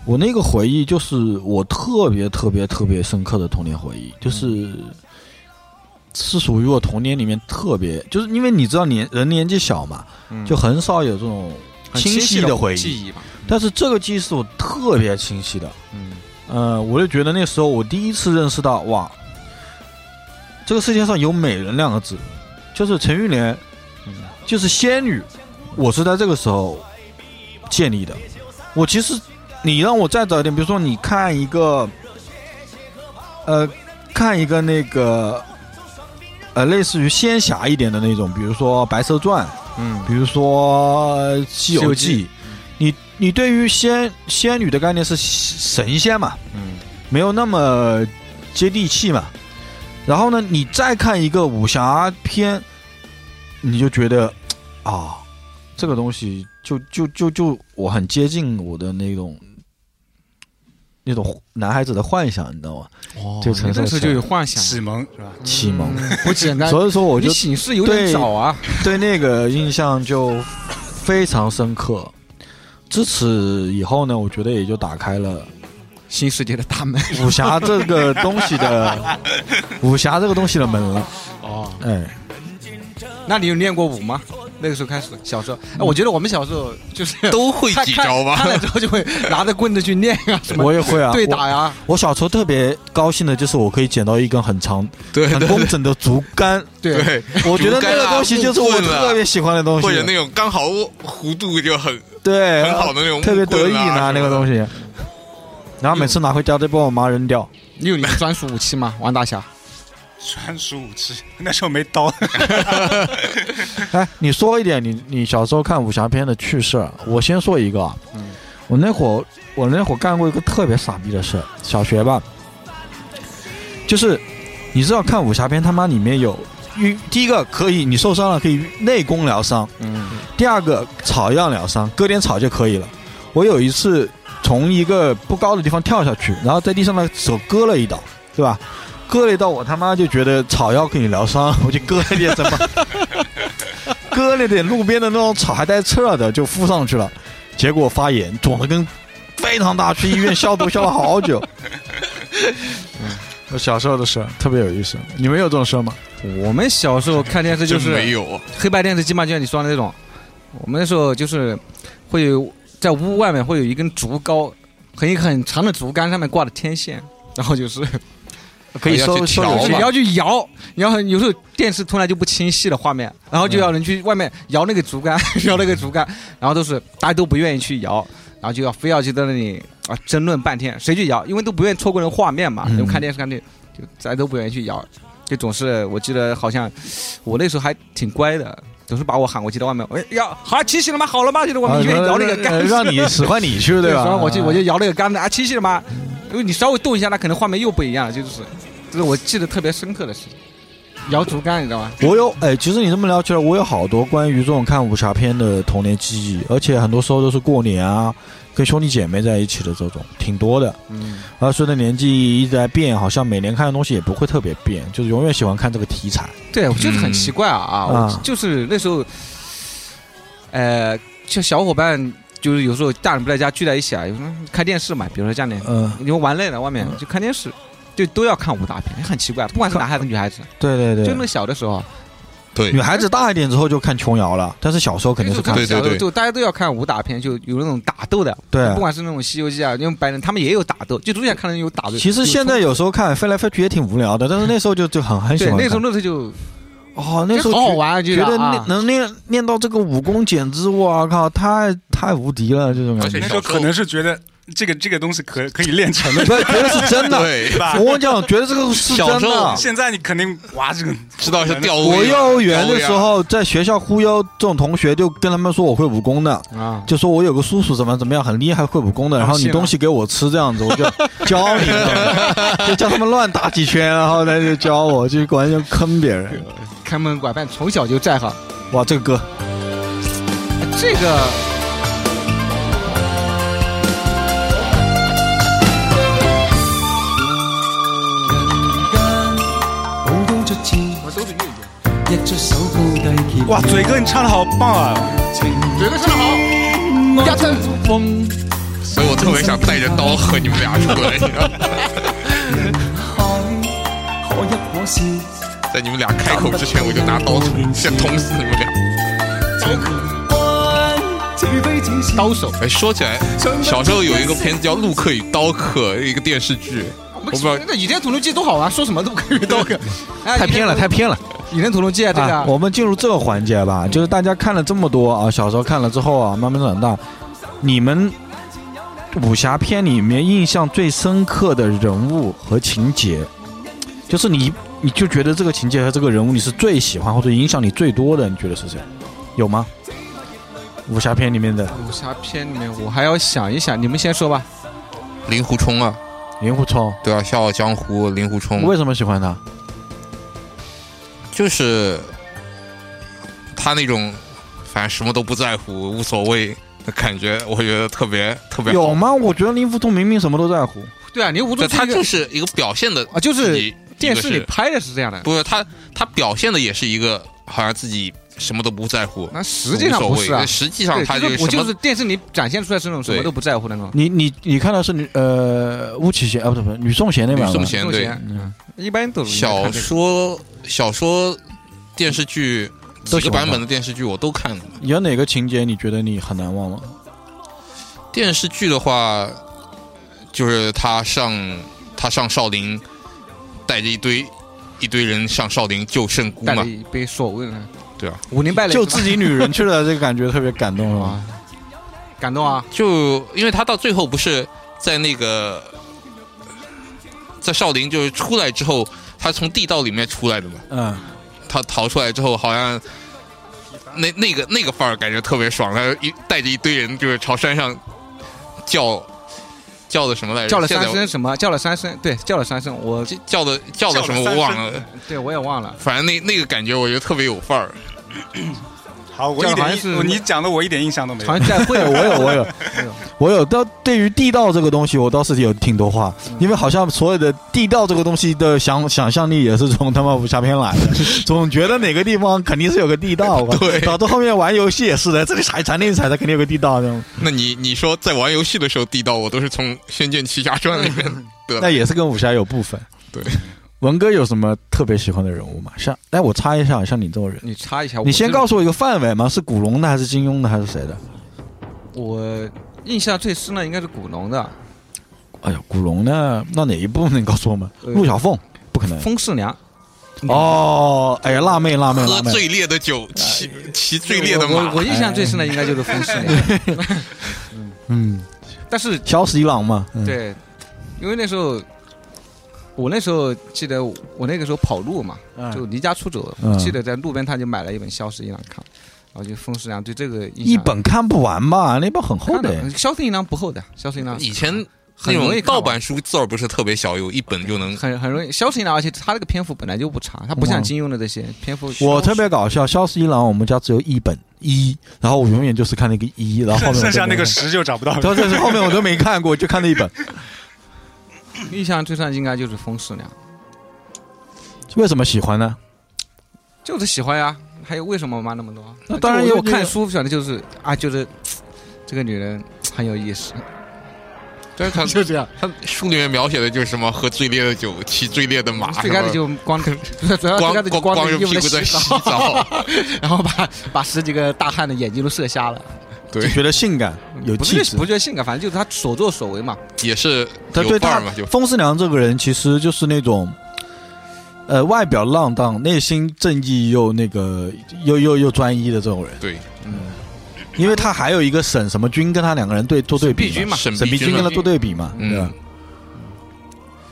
S1: 我那个回忆就是我特别特别特别深刻的童年回忆，就是是属于我童年里面特别，就是因为你知道年人年纪小嘛，
S2: 嗯
S1: 就很少有这种
S2: 很
S1: 清晰
S2: 晰
S1: 的回忆。
S2: 记忆吧。
S1: 但是这个记忆是我特别清晰的，
S2: 嗯，
S1: 呃，我就觉得那时候我第一次认识到，哇，这个世界上有美人两个字，就是陈玉莲，就是仙女，我是在这个时候建立的。我其实，你让我再早一点，比如说你看一个，呃，看一个那个，呃，类似于仙侠一点的那种，比如说《白蛇传》，
S2: 嗯，
S1: 比如说《西游
S2: 西游
S1: 记
S2: 记》
S1: 你你对于仙仙女的概念是神仙嘛？
S2: 嗯，
S1: 没有那么接地气嘛。然后呢，你再看一个武侠片，你就觉得啊，这个东西就就就就我很接近我的那种那种男孩子的幻想，你知道吗？
S2: 哦
S1: 就成
S2: 那时
S1: 熟
S2: 候就有嗯幻想，
S3: 启蒙是吧？
S1: 启蒙。
S2: 不简单。
S1: 所以说，我
S2: 你
S1: 就
S2: 醒世有点
S1: 对
S2: 早啊，
S1: 对那个印象就非常深刻。自此以后呢，我觉得也就打开 了
S2: 新世界的大门。
S1: 武侠这个东西 的武侠这个东西的门了。
S2: 哦，
S1: 哎，
S2: 那你有练过舞吗？那个时候开始，小时候，哎，我觉得我们小时候就是
S4: 都会
S2: 看
S4: 几招
S2: 看
S4: 吧？
S2: 看了之后就会拿着棍子去练啊，什么
S1: 我也会啊，
S2: 对
S1: 我
S2: 打呀，
S1: 我小时候特别高兴的就是我可以捡到一根很长、
S4: 对
S1: 很
S4: 对
S1: 工整的竹 竿，
S2: 对，
S4: 对，
S1: 我觉得那
S4: 竹竿
S1: 个
S4: 啊
S1: 东西就是我
S4: 木棍啊
S1: 特别喜欢的东西
S4: 或，者那种刚好弧度就很
S1: 对，
S4: 很好的那种木棍啊
S1: 哎特别得意拿那个东西，然后每次拿回家都被我妈扔掉。
S2: 你有你的专属武器吗？王大侠，
S3: 专属武器， 那时候没刀。
S1: 哎，你说一点你你小时候看武侠片的趣事儿。我先说一个啊，
S4: 嗯
S1: 我那会儿我那会儿干过一个特别傻逼的事儿，小学吧，就是你知道看武侠片他妈里面有预第一个可以你受伤了可以内功疗伤，
S2: 嗯，
S1: 第二个草药疗伤，割点草就可以了。我有一次从一个不高的地方跳下去，然后在地上的手割了一刀，对吧？割了一刀，我他妈就觉得草药可以疗伤，我就割了点什 么，割了点路边的那种草，还带刺儿的，就敷上去了。结果发炎，肿得跟非常大，去医院消毒消了好久。我 小时候的事儿特别有意思，你们有这种事儿吗？
S2: 我们小时候看电视就
S4: 真
S2: 是
S4: 没有，
S2: 黑白电视机嘛，就像你说的那种。我们那时候就是会有在屋外面会有一根竹篙，很一个很长的竹竿，上面挂的天线，然后就是哎
S1: 可以
S4: 要
S1: 收
S4: 去
S1: 收
S4: 调
S1: 留
S4: 嘛
S1: 下
S2: 你要去摇，然后有时候电视突然就不清晰了画面，然
S4: 嗯
S2: 后就要人去外面摇那个竹竿， 摇那个竹竿，然后都是大家都不愿意去摇，然后就要非要去在那里啊争论半天，谁去摇，因为都不愿意错过那个画面嘛，
S1: 嗯
S2: 因为看电视看电就大家都不愿意去摇，就总是我记得好像我那时候还挺乖的。总是把我喊过去到外面，哎呀，好清晰了吗？好了吗？就是我
S1: 啊
S2: 们里面摇那个
S1: 呃
S2: 杆，
S1: 让你使唤你去，
S2: 对
S1: 吧？
S2: 然后我就我就摇那个杆子啊，清晰了吗？因为你稍微动一下，那可能画面又不一样了，就是这是我记得特别深刻的事情。摇竹竿，你知道吗？
S1: 我有哎，其实你这么聊起来，我有好多关于这种看武侠片的童年记忆，而且很多时候都是过年啊，跟兄弟姐妹在一起的这种，挺多的。
S2: 嗯，
S1: 而随着年纪一直在变，好像每年看的东西也不会特别变，就是永远喜欢看这个题材。
S2: 对，我就是很奇怪啊啊！
S1: 嗯
S2: 我就是那时候，呃，就小伙伴就是有时候大人不在家聚在一起啊，有时候看电视嘛，比如说家里
S1: 嗯，
S2: 你们玩累了，外面就看电视，就都要看武打片，很奇怪，不管是男孩子女孩子，
S1: 对对
S2: 就
S1: 对
S2: 那。小的时候，
S4: 对
S1: 女，孩子大一点之后就看琼瑶了，但是小时候肯定是看
S2: 就小时候
S4: 对对对
S2: 就大家都要看武打片，就有那种打斗的，
S1: 对
S2: 不。管是那种《西游记》啊，因为白人他们也有打斗，就总想看到有打斗。
S1: 其实现在有时候看飞来飞去也挺无聊的，但是那时候就就很很喜
S2: 对
S1: 欢看。
S2: 那时候那时候就
S1: 哦，那时候
S2: 就好
S1: 觉
S2: 好玩，就
S1: 觉得
S2: 啊
S1: 练能练练到这个武功，简直我靠，太太无敌了！这种感
S4: 而
S1: 觉
S4: 且，
S3: 那时候可能是觉得这个这个东西可可以练成 的，
S1: 不是觉得是真的。
S4: 对，
S3: 对吧？
S1: 我跟你讲，觉得这个是真
S4: 小时
S1: 的
S4: 候。
S3: 现在你肯定哇，这个
S4: 知道是吊
S1: 我
S4: 威
S1: 幼儿园的时
S4: 吊威啊，
S1: 候，在学校忽悠这种同学，就跟他们说我会武功的，
S2: 啊，
S1: 就说我有个叔叔怎么怎么样很厉害会武功的，然后你
S2: 信了
S1: 东西给我吃这样子，我就 教你， 就叫他们乱打几圈，然后他就教我，就完全坑别人。
S2: 看门拐办从小就在行。
S1: 哇，这个歌
S2: 这个
S8: 武功出鞘，
S2: 我都是粤语，
S8: 一出手高低
S3: 哇，嘴哥你唱的好棒啊！
S2: 嘴哥唱的好，压阵风
S4: 所以我特别想带着刀和你们俩出来，你知道吗
S8: 海，可一可笑，
S4: 在你们俩开口之前，我就拿刀先捅死你们俩。
S8: 似非似是，
S2: 刀手，
S4: 哎，说起来，小时候有一个片子叫《陆克与刀客》，一个电视剧，
S2: 我
S4: 不知道
S2: 那《倚天屠龙记》多好玩，说什么都可以 都可以。哎
S1: 太偏了，太偏了。
S2: 《倚天屠龙记》啊，这个
S1: 啊
S2: 啊，
S1: 我们进入这个嗯环节吧，就是大家看了这么多啊，小时候看了之后啊，慢慢长大，你们武侠片里面印象最深刻的人物和情节，就是你你就觉得这个情节和这个人物你是最喜欢或者影响你最多的，你觉得是谁？有吗？武侠片里面的
S2: 武侠片里面我还要想一想，你们先说吧。
S4: 令狐冲啊，
S1: 令狐冲，嗯
S4: 对啊，《笑傲江湖》令狐冲
S1: 为什么喜欢他？
S4: 就是他那种，反正什么都不在乎，无所谓的感觉，我觉得特别特别
S1: 有
S4: 好。
S1: 吗？我觉得令狐冲明明什么都在乎，
S2: 对啊，你无
S4: 对，
S2: 中
S4: 他
S2: 生有
S4: 就是一个表现的
S2: 啊，就
S4: 自
S2: 是
S4: 己
S2: 电
S4: 一个
S2: 视
S4: 是
S2: 里拍的是这样的，
S4: 不是他，他表现的也是一个好像自己什么都不在乎，
S2: 那实际上不是
S4: 无所
S2: 啊
S4: 谓。实际
S2: 对
S4: 上他
S2: 就是
S4: 什
S2: 我
S4: 么
S2: 就是电视里展现出来是那种什么
S4: 对
S2: 都不在乎的那种。
S1: 你你你看的是女呃巫启贤啊，不是不是吕颂贤那
S4: 吕
S1: 版吗
S4: 颂？贤
S2: 宋
S4: 对嗯
S2: 贤嗯一般都是
S4: 小说小说电视剧
S1: 都
S4: 几
S1: 喜
S4: 个
S1: 欢
S4: 版本的电视剧我都看过。
S1: 有哪个情节你觉得你很难忘吗？
S4: 电视剧的话，就是他上他上少林，带着一堆一堆人上少林救圣姑
S2: 带了
S4: 嘛，
S2: 一杯所谓的
S4: 对啊，
S2: 武林败类
S1: 救
S2: 是吧
S1: 自己女人去了，这个感觉特别感动，是吧？
S2: 感动啊！
S4: 就因为他到最后不是在那个在少林就是出来之后，他从地道里面出来的嘛，
S1: 嗯，
S4: 他逃出来之后，好像那那个那个范儿感觉特别爽，他一带着一堆人就是朝山上叫叫的什么来着？
S2: 叫了三
S4: 哎现在
S2: 声什么？叫了三声，对，叫了三声。我
S4: 我叫的叫的什么我忘了，
S2: 对我也忘了。
S4: 反正那那个感觉我觉得特别有范儿。
S3: 好，我一
S2: 这好像
S3: 点
S2: 是
S3: 印你讲的我一点印象都没有
S2: 好。像在会
S1: 对， 我有，我有，我有。到对于地道这个东西，我倒是有挺多话，因为好像所有的地道这个东西的想想象力也是从他妈武侠片来的， 总觉得哪个地方肯定是有个地道。我
S4: 对
S1: 导致后面玩游戏也是的，这里踩踩那里踩，它肯定有个地道这种
S4: 那你你说在玩游戏的时候地道，我都是从《仙剑奇侠传》里面得
S1: 那
S4: 的。
S1: 也是跟武侠有部分。
S4: 对，
S1: 文哥有什么特别喜欢的人物吗？像，哎，我插一下，像你这种人，
S2: 你插一下，
S1: 你先告
S2: 诉
S1: 诉我一个范围吗？是古龙的，还是金庸的，还是谁的？
S2: 我，印象最深的应该是古龙的
S1: 哎呦，古龙呢？那哪一部分能告诉我们？
S2: 呃
S1: 陆小凤不可能
S2: 《风四娘》。
S1: 哦，哎呀，辣妹，辣妹，
S2: 嗯
S4: 喝
S1: 辣妹。
S4: 最烈的酒，骑骑最烈的
S2: 哎我
S4: 马
S2: 我，我印象最深的应该就是《风四娘》
S1: 哎 嗯，
S2: 但是
S1: 小史一郎嘛，嗯，
S2: 对，因为那时候，我那时候记得我那个时候跑路嘛，
S1: 嗯
S2: 就离家出走，
S1: 嗯
S2: 记得在路边摊就买了一本《萧十一郎》看，然后就风十娘对这个印象
S1: 一本看不完吧？那本很厚
S2: 看
S1: 的
S2: 的，，萧十一郎不厚的，萧十一郎
S4: 以前那
S2: 很容
S4: 种
S2: 易看
S4: 盗
S2: 完
S4: 版书字儿不是特别小，有一本就 能
S2: 很很容易，萧十一郎，而且他这个篇幅本来就不长，他不
S1: 哇
S2: 像金庸的这些篇幅。
S1: 我特别搞笑，萧十一郎我们家只有一本一，然后我永远就是看那个一，然后后面
S3: 剩下那个
S1: 十，
S3: 十就找不到了。
S1: 对对对，后面我都没看过，就看那一 本。
S2: 印象最深应该就是风十娘，
S1: 为什么喜欢呢？
S2: 就是喜欢呀。还有为什么我妈那么多？
S1: 那当然
S2: 就
S1: 有
S2: 我我看书选的就是啊，就是这个女人很有意思。
S4: 但是他
S2: 就这样，
S4: 他书里面描写的就是什么喝最烈的酒，骑最烈的马，
S2: 最开始
S4: 什么
S2: 就 光，主要最
S4: 光
S2: 开始啊就
S4: 光光着
S2: 着衣服
S4: 屁股在
S2: 洗
S4: 洗
S2: 澡，
S4: 澡，
S2: 然后把把十几个大汉的眼睛都射瞎了，
S1: 就觉得性感有
S2: 不
S1: 气
S2: 是
S1: 质
S2: 不。觉性感，反正就是他所作所为嘛。
S4: 也是
S1: 他
S4: 有
S1: 对
S4: 范
S1: 他
S4: 儿嘛，就
S1: 风四娘这个人其实就是那种，呃，外表浪荡，内心正义又那个又又又专一的这种人。
S4: 对，
S1: 因为他还有一个沈什么君跟他两个人对做对比
S2: 沈碧君
S4: 嘛
S1: 沈
S4: 沈
S1: 碧
S4: 碧
S1: 君
S4: 君
S1: 跟他
S4: 嘛
S1: 做对比嘛，
S4: 嗯
S1: 对吧？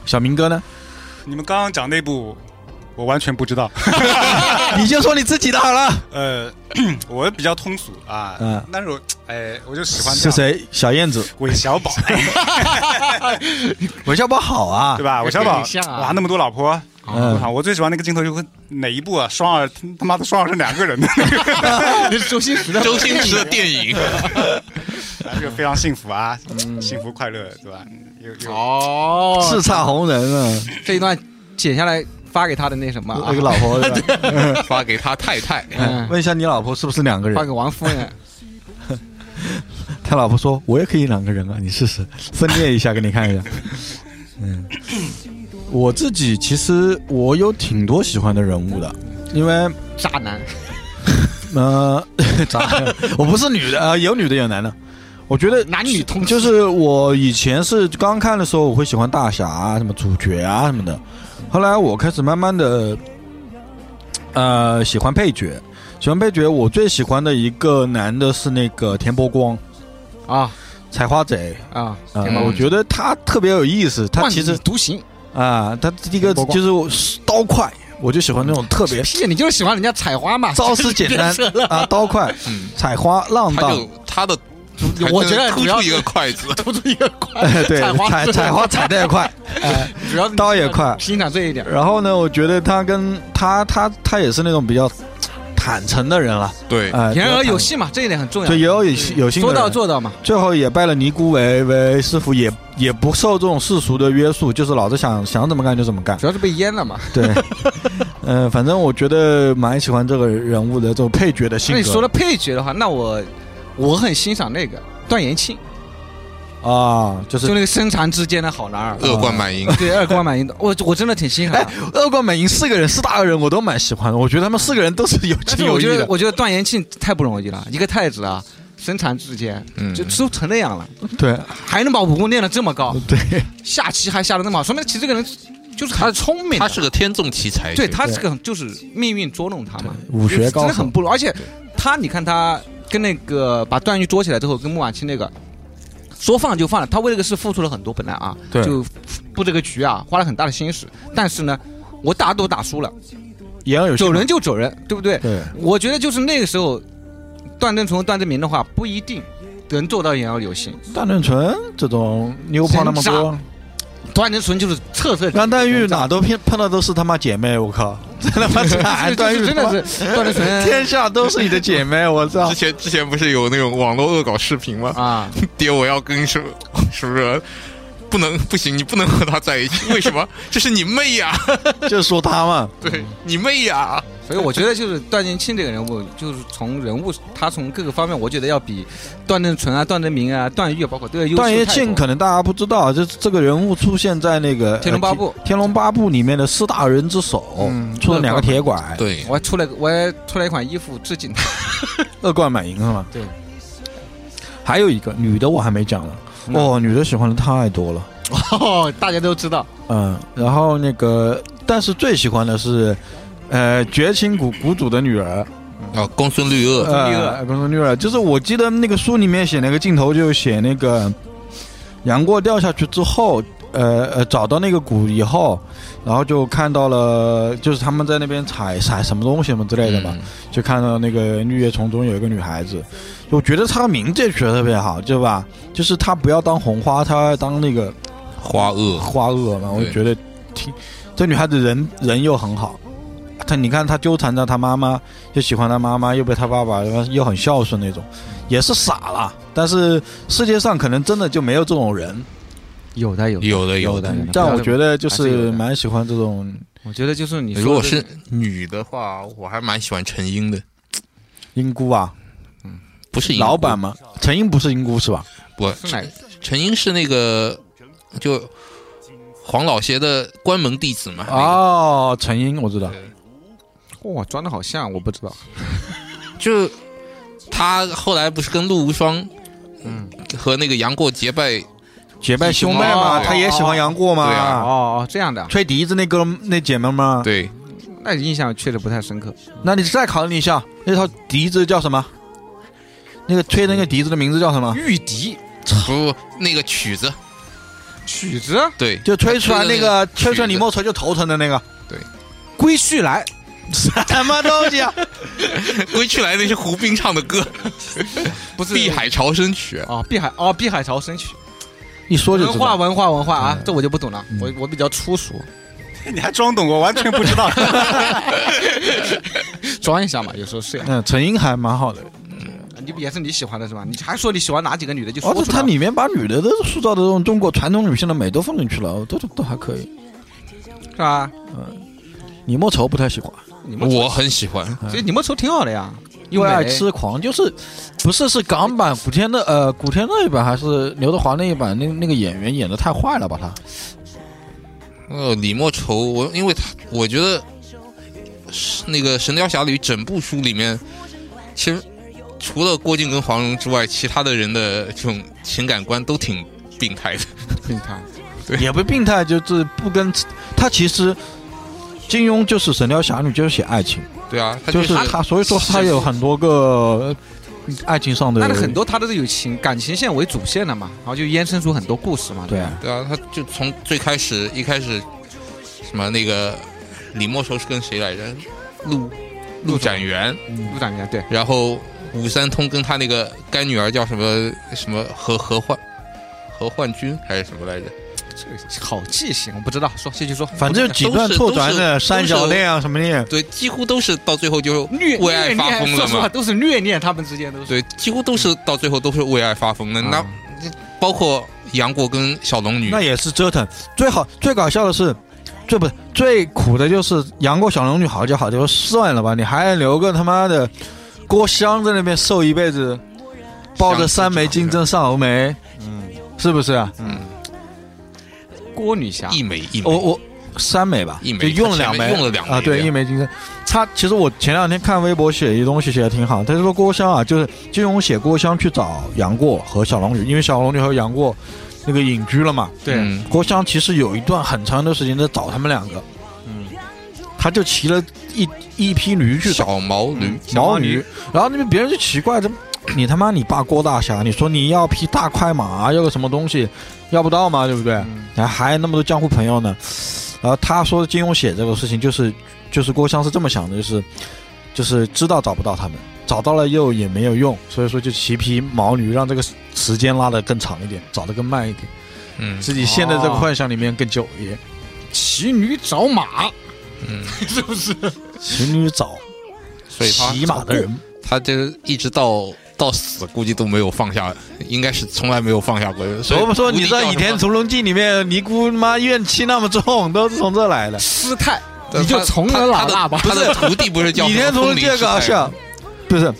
S1: 小明哥呢？
S3: 你们刚刚讲那部，我完全不 知道。
S1: 你就说你自己的好了。
S3: 呃， 我比较通俗啊
S1: 嗯，
S3: 但是我哎，我就喜欢这
S1: 是
S3: 样
S1: 谁？小燕子，
S3: 韦小 宝，
S1: 韦小宝好啊
S3: 对，吧？韦小宝
S2: 像啊
S3: 哇，那么多老婆，
S1: 嗯
S3: 我操！我最喜欢那个镜头就会哪一部啊？双耳他妈的双耳是两个 人的，
S2: 那是周星驰的，
S4: 周星驰的电 影
S3: 那个非常幸福啊，
S2: 嗯
S3: 幸福快乐，对吧？有有
S2: 哦，
S1: 叱咤红人啊，
S2: 这一段剪下来发给他的那什么啊
S1: 那个，老 婆对吧。
S4: 发给他太太，
S2: 嗯，
S1: 问一下你老婆是不是两个
S2: 发
S1: 人？
S2: 给王夫人，
S1: 他老婆说：“我也可以两个人啊，你试试，分裂一下给你看 一下。”嗯，我自己其实我有挺多喜欢的人物的，因为
S2: 渣 男，
S1: 呃，咋了？ 我不是女的啊、呃有女的有男的。我觉得
S2: 男女通吃
S1: 就是我以前是刚看的时候，我会喜欢大侠啊、什么主角啊什么的。后来我开始慢慢的，呃，喜欢配角。喜欢配角，我最喜欢的一个男的是那个田伯光，
S2: 啊
S1: 采花贼。
S2: 啊，
S1: 啊、
S4: 田伯光
S1: 我觉得他特别有意思。他
S2: 万
S1: 其
S2: 里
S1: 实
S2: 独行，
S1: 啊、他第一个
S2: 田伯光
S1: 就是我刀快，我就喜欢那种特 别
S2: 屁，你就是喜欢人家采花嘛，
S1: 招式简单啊，刀快，
S4: 嗯，
S1: 采花浪
S4: 他
S1: 荡
S4: 就。他的，还
S2: 我
S4: 真
S2: 觉得
S4: 突
S2: 主要
S4: 出
S2: 是
S4: 一个筷子，
S2: 突出一个快
S1: 哎， 对，
S2: 采花
S1: 采采花采的也 快，
S2: 主要是
S1: 刀也快。
S2: 欣赏这一点，
S1: 然后呢，我觉得他跟他他他也是那种比较坦诚的人了，
S4: 对，
S1: 哎，
S2: 言而有
S1: 信，
S2: 信嘛，这一点很重要
S1: 就，言而有有信的
S2: 说
S1: 人
S2: 到做到嘛，
S1: 最后也拜了尼姑为为师傅，也也不受这种世俗的约束，就是老子想想怎么干就怎么干。
S2: 主要是被淹了嘛。
S1: 对， 嗯，反正我觉得蛮喜欢这个人物的这种配角的性
S2: 那
S1: 格。
S2: 哎你说了配角的话，那我我很欣赏那个段延庆，
S1: 啊，就是
S2: 就那个身残志坚的好男儿，
S4: 恶贯满盈，
S2: 对二瓜满意的，我我真的挺欣赏
S1: 哎
S2: 的。，
S1: 恶贯满盈四个人四大恶人，我都蛮喜欢的。我觉得他们四个人都是有情
S2: 但是
S1: 有
S2: 我
S1: 义
S2: 觉得
S1: 的。
S2: 我觉得段延庆太不容易了，一个太子啊，身残志坚，
S4: 嗯
S2: 就都成那样了，
S1: 对
S2: 还能把武功练得这么高，
S1: 对，
S2: 下棋还下得那么好，说明其实这个人就是很聪明的。
S4: 他是个天纵奇才，
S2: 对他这个就是命运捉弄他嘛，
S1: 武学高
S2: 真
S1: 手
S2: 的很不容易。而且他，你看他跟那个把段誉捉起来之后，跟穆婉清那个说放就放了，他为这个事付出了很多，本来啊，
S1: 对
S2: 就布这个局啊，花了很大的心思。但是呢，我打赌打输了，
S1: 也要有
S2: 走
S1: 信
S2: 人就走人，对不对？
S1: 对，
S2: 我觉得就是那个时候，段正淳、段正明的话不一定能做到言而有信，
S1: 段正淳这种妞泡那么多，
S2: 段正淳就是彻彻底底
S1: 让段誉哪都碰碰到都是他妈姐妹，我靠， 真他妈惨！
S2: 就是
S1: 段誉
S2: 真
S1: 他妈
S2: 的是段正 淳
S1: 天下都是你的姐妹，我 操
S4: 之！前之前不是有那种网络恶搞视频吗？
S2: 啊，
S4: 爹，我要跟什么什么。不能，不行，你不能和他在一起。为什么？这是你妹呀！
S1: 就说他嘛，
S4: 对你妹呀！
S2: 所以我觉得就是段建清这个人物，就是从人物他从各个方面，我觉得要比段正淳啊、段正明啊、段誉啊包括都要优秀
S1: 段
S2: 太
S1: 誉
S2: 多
S1: 庆可能大家不知道，就是这个人物出现在那个《
S2: 天龙八部嗯
S1: 呃天龙八部》里面的四大人之首，出了两个铁拐，
S4: 对，
S2: 我还出了我还出了一款 衣服致敬他，
S1: 恶贯满盈是吗？
S2: 对。
S1: 还有一个女的我还没讲呢，哦，女的喜欢的太多了，
S2: 哦，大家都知道，
S1: 嗯，然后那个，但是最喜欢的是，呃，绝情谷谷主的女儿，
S4: 啊，公孙绿萼，
S1: 呃，公孙绿儿，就是我记得那个书里面写那个镜头，就写那个杨过掉下去之后，呃呃，找到那个谷以后，然后就看到了，就是他们在那边采采什么东西什么之类的嘛，
S4: 嗯
S1: 就看到那个绿叶丛中有一个女孩子，我觉得她的名字也取得特别好，对吧？就是她不要当红花，她要当那个
S4: 花萼，
S1: 花萼嘛，我
S4: 对
S1: 觉得挺这女孩子人人又很好，她你看她纠缠着她妈妈，又喜欢她妈妈，又被她爸爸又很孝顺那种，也是傻了。但是世界上可能真的就没有这种人，
S2: 有的有的，
S4: 有的有的。
S2: 的
S1: 但我觉得就
S2: 还是
S1: 是
S2: 有的
S1: 蛮喜欢这种，
S2: 我觉得就是你说的
S4: 如果是女的话，我还蛮喜欢陈英的，
S1: 英姑啊，
S4: 不是英
S1: 老板吗？陈英不是英姑是吧？
S4: 不，
S2: 是哪个
S4: 陈英是那个就黄老邪的关门弟子嘛。那
S1: 哦，陈英我知道，
S2: 哇、装的好像我不知道，
S4: 个就他后来不是跟陆无双，
S2: 嗯，
S4: 和那个杨过结拜，
S1: 结拜兄妹
S4: 哦
S1: 嘛，她也喜欢杨过
S4: 对啊
S1: 嘛，
S2: 哦哦这样的啊，
S1: 吹笛子那哥们那姐们嘛。
S4: 对，
S2: 那印象确实不太深刻，
S1: 那你再考虑一下，那套笛子叫什么？那个吹的那个笛子的名字叫什
S4: 啊
S1: 么？
S2: 玉笛
S4: 不那个曲子，
S2: 曲子
S4: 对，
S1: 就吹出来那个
S4: 吹的那个
S1: 吹出来李莫愁就头疼的那个，
S2: 归去来，
S1: 什么东西啊？
S4: 归去来那是胡兵唱的歌，
S2: 不是
S4: 碧海潮生曲。
S2: 哦，碧海哦，碧海潮生曲，
S1: 一说就
S2: 文
S1: 知
S2: 化
S1: 道。
S2: 文化文化啊，
S4: 嗯
S2: 这我就不懂了，我我比较粗俗，
S3: 你还装懂？我完全不知 道。
S2: 装一下嘛，有时候是呀。
S1: 嗯，陈英还蛮好的，
S2: 你不也是你喜欢的是吧？你还说你喜欢哪几个女的就说
S1: 而
S4: 哦
S1: 且
S2: 出来
S1: 它
S2: 吧。
S1: 哦里面把女的都塑造的这种中国传统女性的美都放进去了，都都都还可以。
S2: 是吧？
S1: 李莫愁不太喜欢，
S2: 你们
S4: 我很喜欢，
S2: 所以你们愁挺好的呀，
S1: 因
S4: 嗯
S2: 又
S1: 为
S2: 美
S1: 爱痴狂就是，不是是港版古天乐呃古天乐一版还是刘德华那一版那那个演员演的太坏了吧他？
S4: 呃，李莫愁，我因为他，我觉得是那个《神雕侠侣》整部书里面，其实除了郭靖跟黄蓉之外，其他的人的这种情感观都挺病态的。
S2: 你看，
S1: 也不病态，就是不跟他其实金庸就是《神雕侠侣》，就是写爱情，
S4: 对啊，他
S1: 就是
S4: 是
S1: 他，所以说他有很多个呃爱情上的
S2: 那很多他都是有情感情线为主线的嘛，然后就衍生出很多故事嘛。
S1: 对啊，
S4: 对啊，他就从最开始一开始什么那个李莫愁是跟谁来着？陆陆展元，
S2: 陆展元对，
S4: 然后武三通跟他那个干女儿叫什么什么何何焕何焕君还是什么来着？
S2: 这个好记性，我不知道，说继续说。
S1: 反正有几段错转的三角恋啊什么恋，
S4: 对，几乎都是到最后就
S2: 虐
S4: 为爱发疯
S2: 虐恋
S4: 了
S2: 说实话
S4: 嘛。
S2: 都是虐恋，他们之间都是。
S4: 对，几乎都是到最后都是为爱发疯的。那
S2: 啊
S4: 包括杨过跟小龙女
S1: 嗯那，也是折腾。最好最搞笑的是，最不最苦的就是杨过小龙女好就好就算了吧，你还留个他妈的郭襄在那边受一辈子，抱着三枚金针上峨眉，嗯，是不是啊？
S2: 郭女侠
S4: 一枚一枚，
S1: 我我三枚吧，
S4: 一枚
S1: 就用了两枚，
S4: 他前面用了两枚
S1: 啊，对，一枚金针。他其实我前两天看微博写一东西写的挺好，他就说郭襄啊，就是金庸写郭襄去找杨过和小龙女，因为小龙女和杨过那个隐居了嘛。
S2: 对
S4: 嗯
S1: 郭襄其实有一段很长的时间在找他们两个，嗯，他就骑了一一匹驴去找
S4: 小毛驴，嗯
S1: 毛驴，然后那边别人就奇怪，怎么 你他妈你爸郭大侠，你说你要匹大
S4: 嗯
S1: 快马，要个什么东西，要不到嘛，对不对？然后还有那么多江湖朋友呢，然后他说金庸写这个事情，就是就是郭襄是这么想的，就是就是知道找不到他们，找到了又也没有用，所以说就骑匹毛驴，让这个时间拉得更长一点，找得更慢一点，
S4: 嗯
S1: 自己陷在这个幻想里面更久一点。
S2: 骑驴找马，
S4: 嗯，
S2: 是不是？
S1: 骑驴找
S4: 所以他
S1: 骑马的人，
S4: 他这一直到到死，估计都没有放下，应该是从来没有放下过。所以
S1: 我们说你
S4: 无敌叫
S1: 在《
S4: 什么
S1: 倚天屠龙记》里面，尼姑妈怨气那么重，都是从这来的。
S2: 师太，
S4: 他
S2: 你就从人老大吧。
S4: 他的他的徒弟不是 叫
S1: 倚天屠龙记
S4: 这
S1: 搞笑，不是？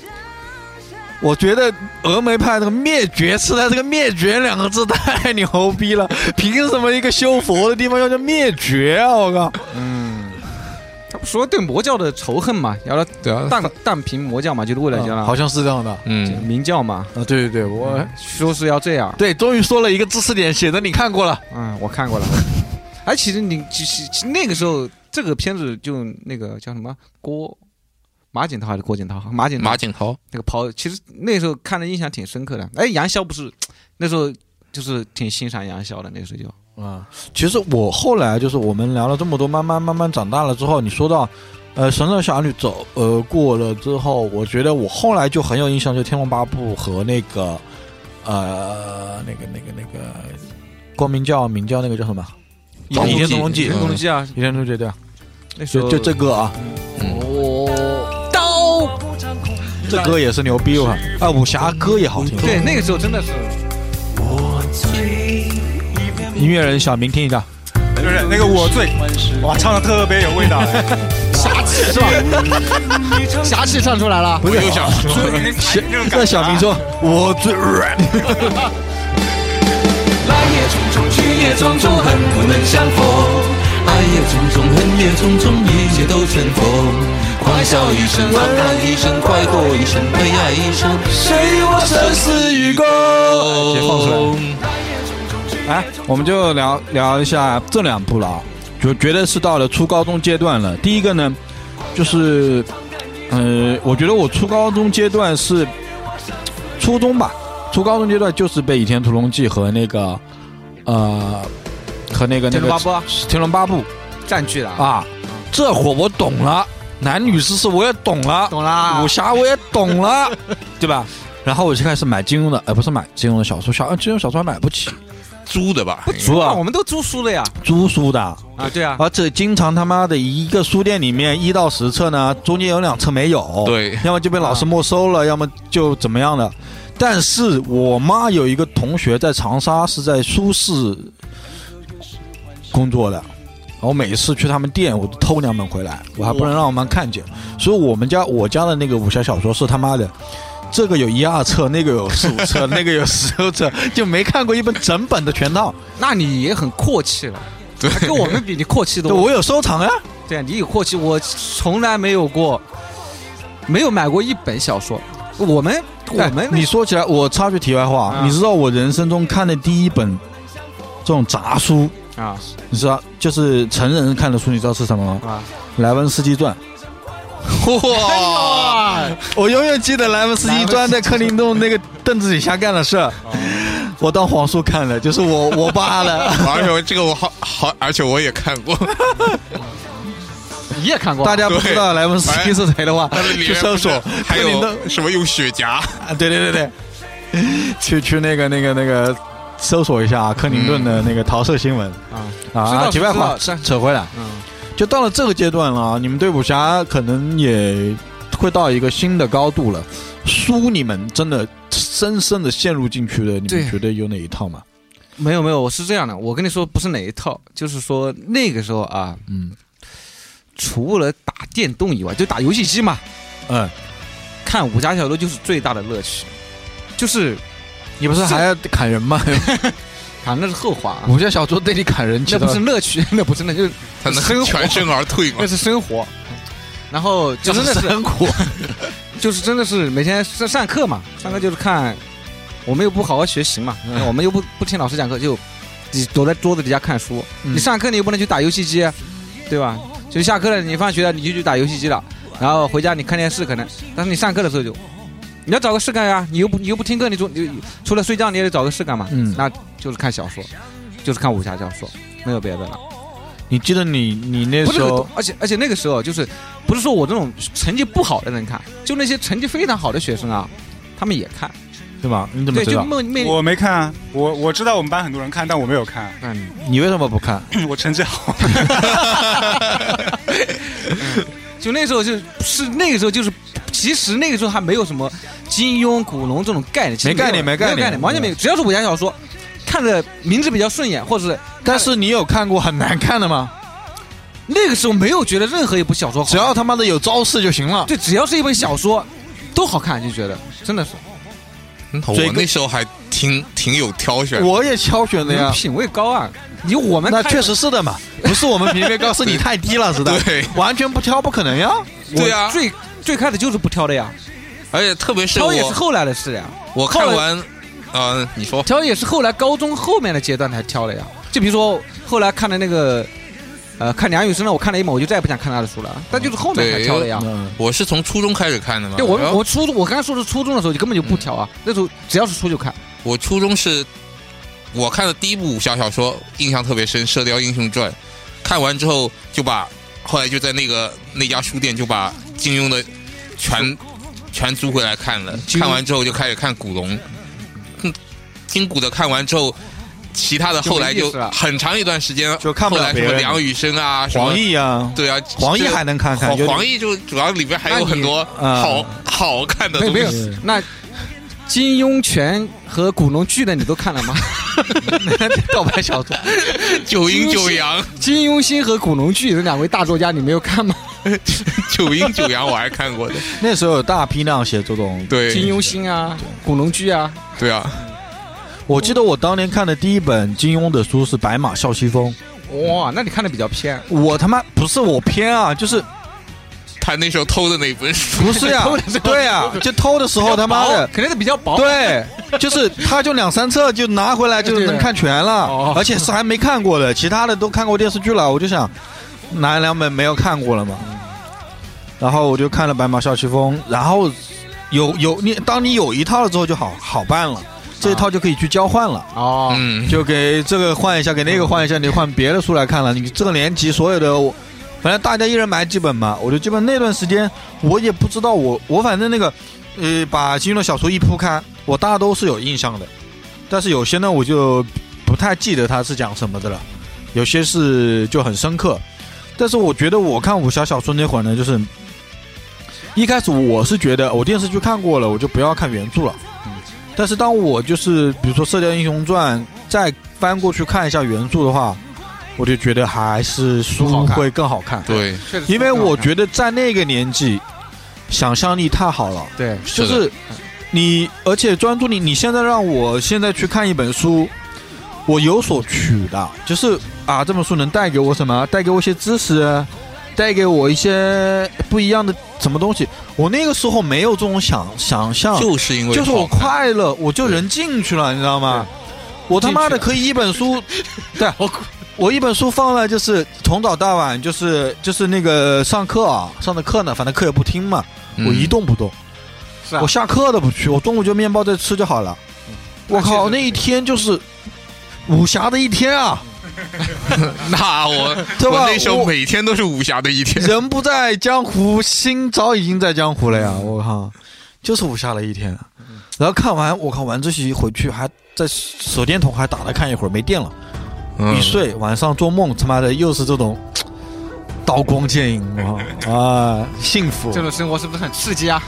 S1: 我觉得峨眉派这个灭绝师太，这个灭绝两个字太牛逼了，凭什么一个修佛的地方要叫灭绝啊？我靠！
S2: 他不说对魔教的仇恨嘛，然后
S4: 对啊，
S2: 荡荡平魔教嘛，就是为了这样，
S1: 好像是这样的啊，
S4: 嗯，
S2: 明教嘛，
S1: 对对对，我
S2: 说是要这样。
S1: 对，终于说了一个知识点，显得你看过了。
S2: 嗯，我看过了。哎，其实你其实其实那个时候，这个片子就那个叫什么郭马景涛还是郭景涛？马景涛
S4: 马景涛，
S2: 那个袍，其实那时候看的印象挺深刻的。哎，杨逍不是那时候就是挺欣赏杨逍的，那个时候就
S1: 啊，其实我后来就是我们聊了这么多，慢慢慢慢长大了之后，你说到，呃，神雕侠侣走呃过了之后，我觉得我后来就很有印象，就《天龙八部》和那个，呃，那个那个那个，光明教明教那个叫什么？
S4: 盗墓
S1: 倚天屠龙记
S4: 嗯
S2: 《龙记》啊，
S1: 倚天屠龙记对啊，
S2: 那时
S1: 就
S2: 候
S1: 就这歌啊，
S2: 哦刀，
S1: 这歌也是牛逼我看啊，武侠歌也好听，
S2: 对，那个时候真的是
S1: 音乐人小明听一下，
S3: 就是那个我最，哇，唱的特别有味 道。
S2: 侠气是吧？侠气唱出来了，
S1: 不是
S4: 又想说
S1: 小
S3: 啊
S1: 让小明说，我最
S6: 来也匆匆，去也匆匆，恨不能相逢。爱也匆匆，恨也匆匆，一切都成风。快笑一声，感叹一声，快活一生，悲哀一生，随我生死与共。
S1: 解放出来。哎，我们就聊聊一下这两部了啊，就觉得是到了初高中阶段了。第一个呢，就是，呃，我觉得我初高中阶段是初中吧，初高中阶段就是被《倚天屠龙记》和那个，呃，和那个那
S2: 天
S1: 个
S2: 龙八部啊
S1: 《天龙八部》
S2: 占据了啊，
S1: 啊，这会儿我懂了，男女之事我也懂了，
S2: 懂啦
S1: 武？侠我也懂了，对吧？然后我就开始买金庸的，呃，不是买金庸的小说，小呃金庸小说还买不起，
S4: 租的吧？
S1: 租
S2: 啊，
S1: 啊
S2: 我，们都租书了呀！
S1: 租书的，
S2: 啊，对啊，
S1: 而且经常他妈的一个书店里面一到十册呢，中间有两册没有，，
S4: 对，
S1: 要么就被老师没收了，要么就怎么样了。但是我妈有一个同学在长沙是在书市工作的，然后每次去他们店，我都偷两本回来，我还不能让我妈看见。所以我们家我家的那个武侠小说是他妈的，这个有一二册，那个有四五 册，那个有十六册，就没看过一本整本的全套。
S2: 那你也很阔气了，对，跟我们比，你阔气
S1: 对，
S2: 多。
S1: 我有收藏呀、
S2: 对啊，你有阔气，我从来没有过，没有买过一本小说。我们我
S1: 哎
S2: 们那
S1: 你说起来，我插句题外话，
S2: 啊
S1: 你知道我人生中看的第一本这种杂书，
S2: 啊
S1: 你知道就是成人看的书，你知道是什么吗？
S2: 啊，
S1: 莱文斯基传。
S4: 哇，
S1: 我永远记得莱文斯基传在克林顿那个凳子底下干的事儿，我当皇叔看了，就是我我爸 了。
S4: 而且我这个我好好，而且我也看过，
S2: 你也看过啊？
S1: 大家不知道莱文斯基是谁的话
S4: 但是，里
S1: 去
S4: 面
S1: 搜索
S4: 不是还
S1: 克林顿。
S4: 有什么用雪 茄？
S1: 啊对对对对，去去那个那个那个搜索一下啊，克林顿的那个桃色新闻
S2: 啊知
S1: 啊。
S2: 道
S1: 题外话
S2: 知道是
S1: 扯回来，
S2: 嗯
S1: 就到了这个阶段了啊，你们对武侠可能也会到一个新的高度了。书你们真的深深的陷入进去了，你们
S2: 对
S1: 觉得有哪一套吗？
S2: 没有没有，我是这样的，我跟你说不是哪一套，就是说那个时候啊，
S1: 嗯
S2: 除了打电动以外，就打游戏机嘛，
S1: 嗯，
S2: 看武侠小说就是最大的乐趣，就是
S1: 你不是还要砍人吗？
S2: 啊，那是后话啊，
S1: 武侠小说对你砍人，
S2: 那不是乐趣， 那不是那就是
S4: 他
S2: 生
S4: 能
S2: 活
S4: 全身而退吗
S2: 那？是生活。然后就真的是
S1: 很苦。
S2: 就是真的是每天上上课嘛，上课就是看，我们又不好好学习嘛，我们又不不听老师讲课，就你躲在桌子底下看书。
S1: 嗯
S2: 你上课你又不能去打游戏机，对吧？就下课了，你放学了你就去打游戏机了，然后回家你看电视可能，但是你上课的时候就，你要找个事干呀、你又不你又不听课，你总你除了睡觉你也得找个事干嘛，
S1: 嗯
S2: 那就是看小说，就是看武侠小说，没有别的了。
S1: 你记得你你那
S2: 不是
S1: 时
S2: 很
S1: 候
S2: 多，而且而且那个时候就是不是说我这种成绩不好的人看，就那些成绩非常好的学生啊，他们也看，
S1: 对吧？你怎么
S2: 对，
S1: 知
S2: 就
S1: 道？
S2: 面面临
S3: 我没看啊，我我知道我们班很多人看，但我没 有看，
S2: 嗯，
S1: 你为什么不看？
S3: 我成绩好。
S2: 就那时候就是是那个时候就是，其实那个时候还没有什么金庸、古龙这种概念，其实
S1: 没概念
S2: 有
S1: 没
S2: 没
S1: 概念嗯
S2: 有概念，完全没有。只要是武侠小说，看着名字比较顺眼，或者是
S1: 但是你有看过很难看的吗？
S2: 那个时候没有觉得任何一部小说好，
S1: 只要他妈的有招式就行了。
S2: 对，只要是一本小说都好看，就觉得真的是
S1: 追
S4: 我
S1: 根
S4: 那时候还挺挺有挑选的，
S1: 我也挑选的
S2: 你们
S1: 呀，
S2: 品味高啊！你我们
S1: 那
S2: 看
S1: 确实是的 嘛，不是我们品味高，是你太低了，是的，
S4: 对
S1: 完全不挑不可能呀。
S4: 对啊，
S2: 最最开始就是不挑的呀，
S4: 而且特别是
S2: 挑也是
S4: 我
S2: 后来的事呀，
S4: 我看完，啊，你说
S2: 挑也是后来高中后面的阶段才挑的呀。就比如说后来看的那个，呃，看梁羽生的，我看了一本，我就再也不想看他的书了，但就是后面才挑的呀。
S1: 嗯，
S4: 我是从初中开始看的嘛，
S2: 对我
S1: 哎
S4: 然后
S2: 我初中我刚才说的初中的时候就根本就不挑啊，
S1: 嗯
S2: 那时候只要是书就看。
S4: 我初中是，我看的第一部武侠小说，印象特别深，《射雕英雄传》。看完之后就把，后来就在那个那家书店就把金庸的 全全租回来看了。看完之后就开始看古龙，嗯，金古的看完之后，其他的后来
S2: 就
S4: 就
S2: 没意思了
S4: 很长一段时间
S1: 就看不
S4: 后
S1: 了
S4: 来什么
S1: 别人
S4: 梁羽生啊，什么
S1: 黄奕呀，
S4: 对啊，
S1: 黄奕
S4: 这
S1: 还能看看，
S4: 黄
S1: 有点
S4: 黄奕就主要里边还有很多
S1: 那你嗯
S4: 好好看的
S2: 没有
S4: 东
S2: 没有
S4: 西。，
S2: 那金庸全和古龙剧的你都看 了吗？
S1: 告白小说，
S4: 九阴九 阳，
S2: 金庸新和古龙剧这两位大作家你没有看吗？
S4: 九阴九阳我还看过的。
S1: 那时候有大批量写这种，
S4: 对，
S2: 金庸新啊，古龙剧啊，
S4: 对啊，
S1: 我记得我当年看的第一本金庸的书是《白马啸西风》，
S2: 哇，那你看的比较偏。
S1: 我他妈不是我偏啊，就是
S4: 他那时候偷的那本书，
S1: 不 是呀
S2: 偷的时，候
S1: 对呀，就偷的时候哦他妈的
S2: 薄，肯定是比较薄。
S1: 对，就是他就两三册就拿回来就能看全了
S2: 哦，
S1: 而且是还没看过的，其他的都看过电视剧了。我就想拿两本没有看过了嘛，然后我就看了《白马啸西风》，然后有有你，当你有一套了之后就好好办了，这一套就可以去交换了。
S2: 哦，
S4: 嗯，
S1: 就给这个换一下，给那个换一下，你换别的书来看了。你这个年级所有的，我反正大家一人买几本嘛，我就基本那段时间我也不知道我我反正那个呃，把金庸的小说一铺开，我大都是有印象的，但是有些呢我就不太记得他是讲什么的了，有些是就很深刻。但是我觉得我看武侠小说那会儿呢，就是一开始我是觉得我电视剧看过了，我就不要看原著了。但是当我就是比如说《射雕英雄传》再翻过去看一下原著的话，我就觉得还是书会更好看。，
S4: 对，
S2: 确实是
S1: 因为我觉
S2: 得
S1: 得在那个年纪，想象力太好了，
S2: 对
S1: 就是是你而且专注力，你现在让我现在去看一本书。我有所取的，就是啊，这本书能带给我什么？带给我一些知识，带给我一些不一样的什么东西。我那个时候没有这种想想
S2: 哦
S1: 象，
S4: 就是因为
S1: 就是我
S4: 好看，
S1: 快乐，我就人进去了，你知道吗？我他妈的
S2: 进去
S1: 可以一本书，对我我一本书放了，就是从早到晚，就是就是那个上课啊，上的课呢，反正课也不听嘛，
S4: 嗯
S1: 我一动不动，
S2: 是啊
S1: 我下课都不去，我中午就面包再吃就好了。我靠，那一天就是武侠的一天啊，
S4: 嗯那 我
S1: 对吧
S4: 我那时候
S1: 我
S4: 每天都是武侠的一天，
S1: 人不在江湖，心早已经在江湖了呀！我靠，就是武侠了一天。啊然后看完，我靠，晚自习回去还在手电筒还打了看一会儿，没电了，
S4: 嗯
S1: 一睡晚上做梦，他妈的又是这种刀光剑影，我靠啊，幸福
S2: 这！种生活是不是很刺激啊？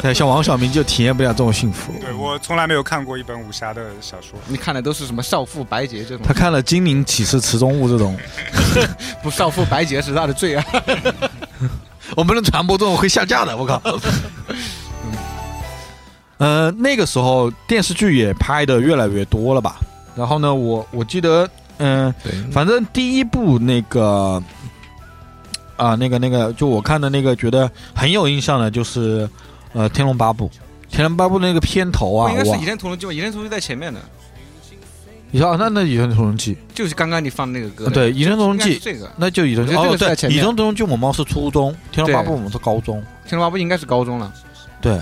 S1: 对，像王小明就体验不了这种幸福。
S3: 对我从来没有看过一本武侠的小说，
S2: 你看的都是什么少妇白洁这种
S1: 他，看了《金陵岂是池中物》这种，
S2: 不少妇白洁是他的罪啊。
S1: 我们能传播这种会下架的，我 靠。嗯呃，那个时候电视剧也拍的越来越多了吧？然后呢，我我记得，嗯、
S4: 对，
S1: 反正第一部那个啊，那个那个，就我看的那个，觉得很有印象的，就是呃，《天龙八部》。《天龙八部》那个片头啊，
S2: 哦应该是《
S1: 哇
S2: 倚！天屠龙记》吧，《倚天屠龙记》在前面的，
S1: 你
S2: 哦
S1: 说啊那那《倚天屠龙记
S2: 就是刚刚你放的那个》歌。
S1: 啊，对，《倚天屠
S2: 屠
S1: 龙记》
S2: 这个《
S1: 那就《倚天屠》
S2: 我觉得这
S1: 哦，
S2: 个
S1: 对，
S2: 在
S1: 《
S2: 前
S1: 倚
S2: 面
S1: 天屠龙记》我们是初中，《天龙八部》
S2: 对
S1: 我们是高中。
S2: 天龙八部》应该是高中了。
S1: 对，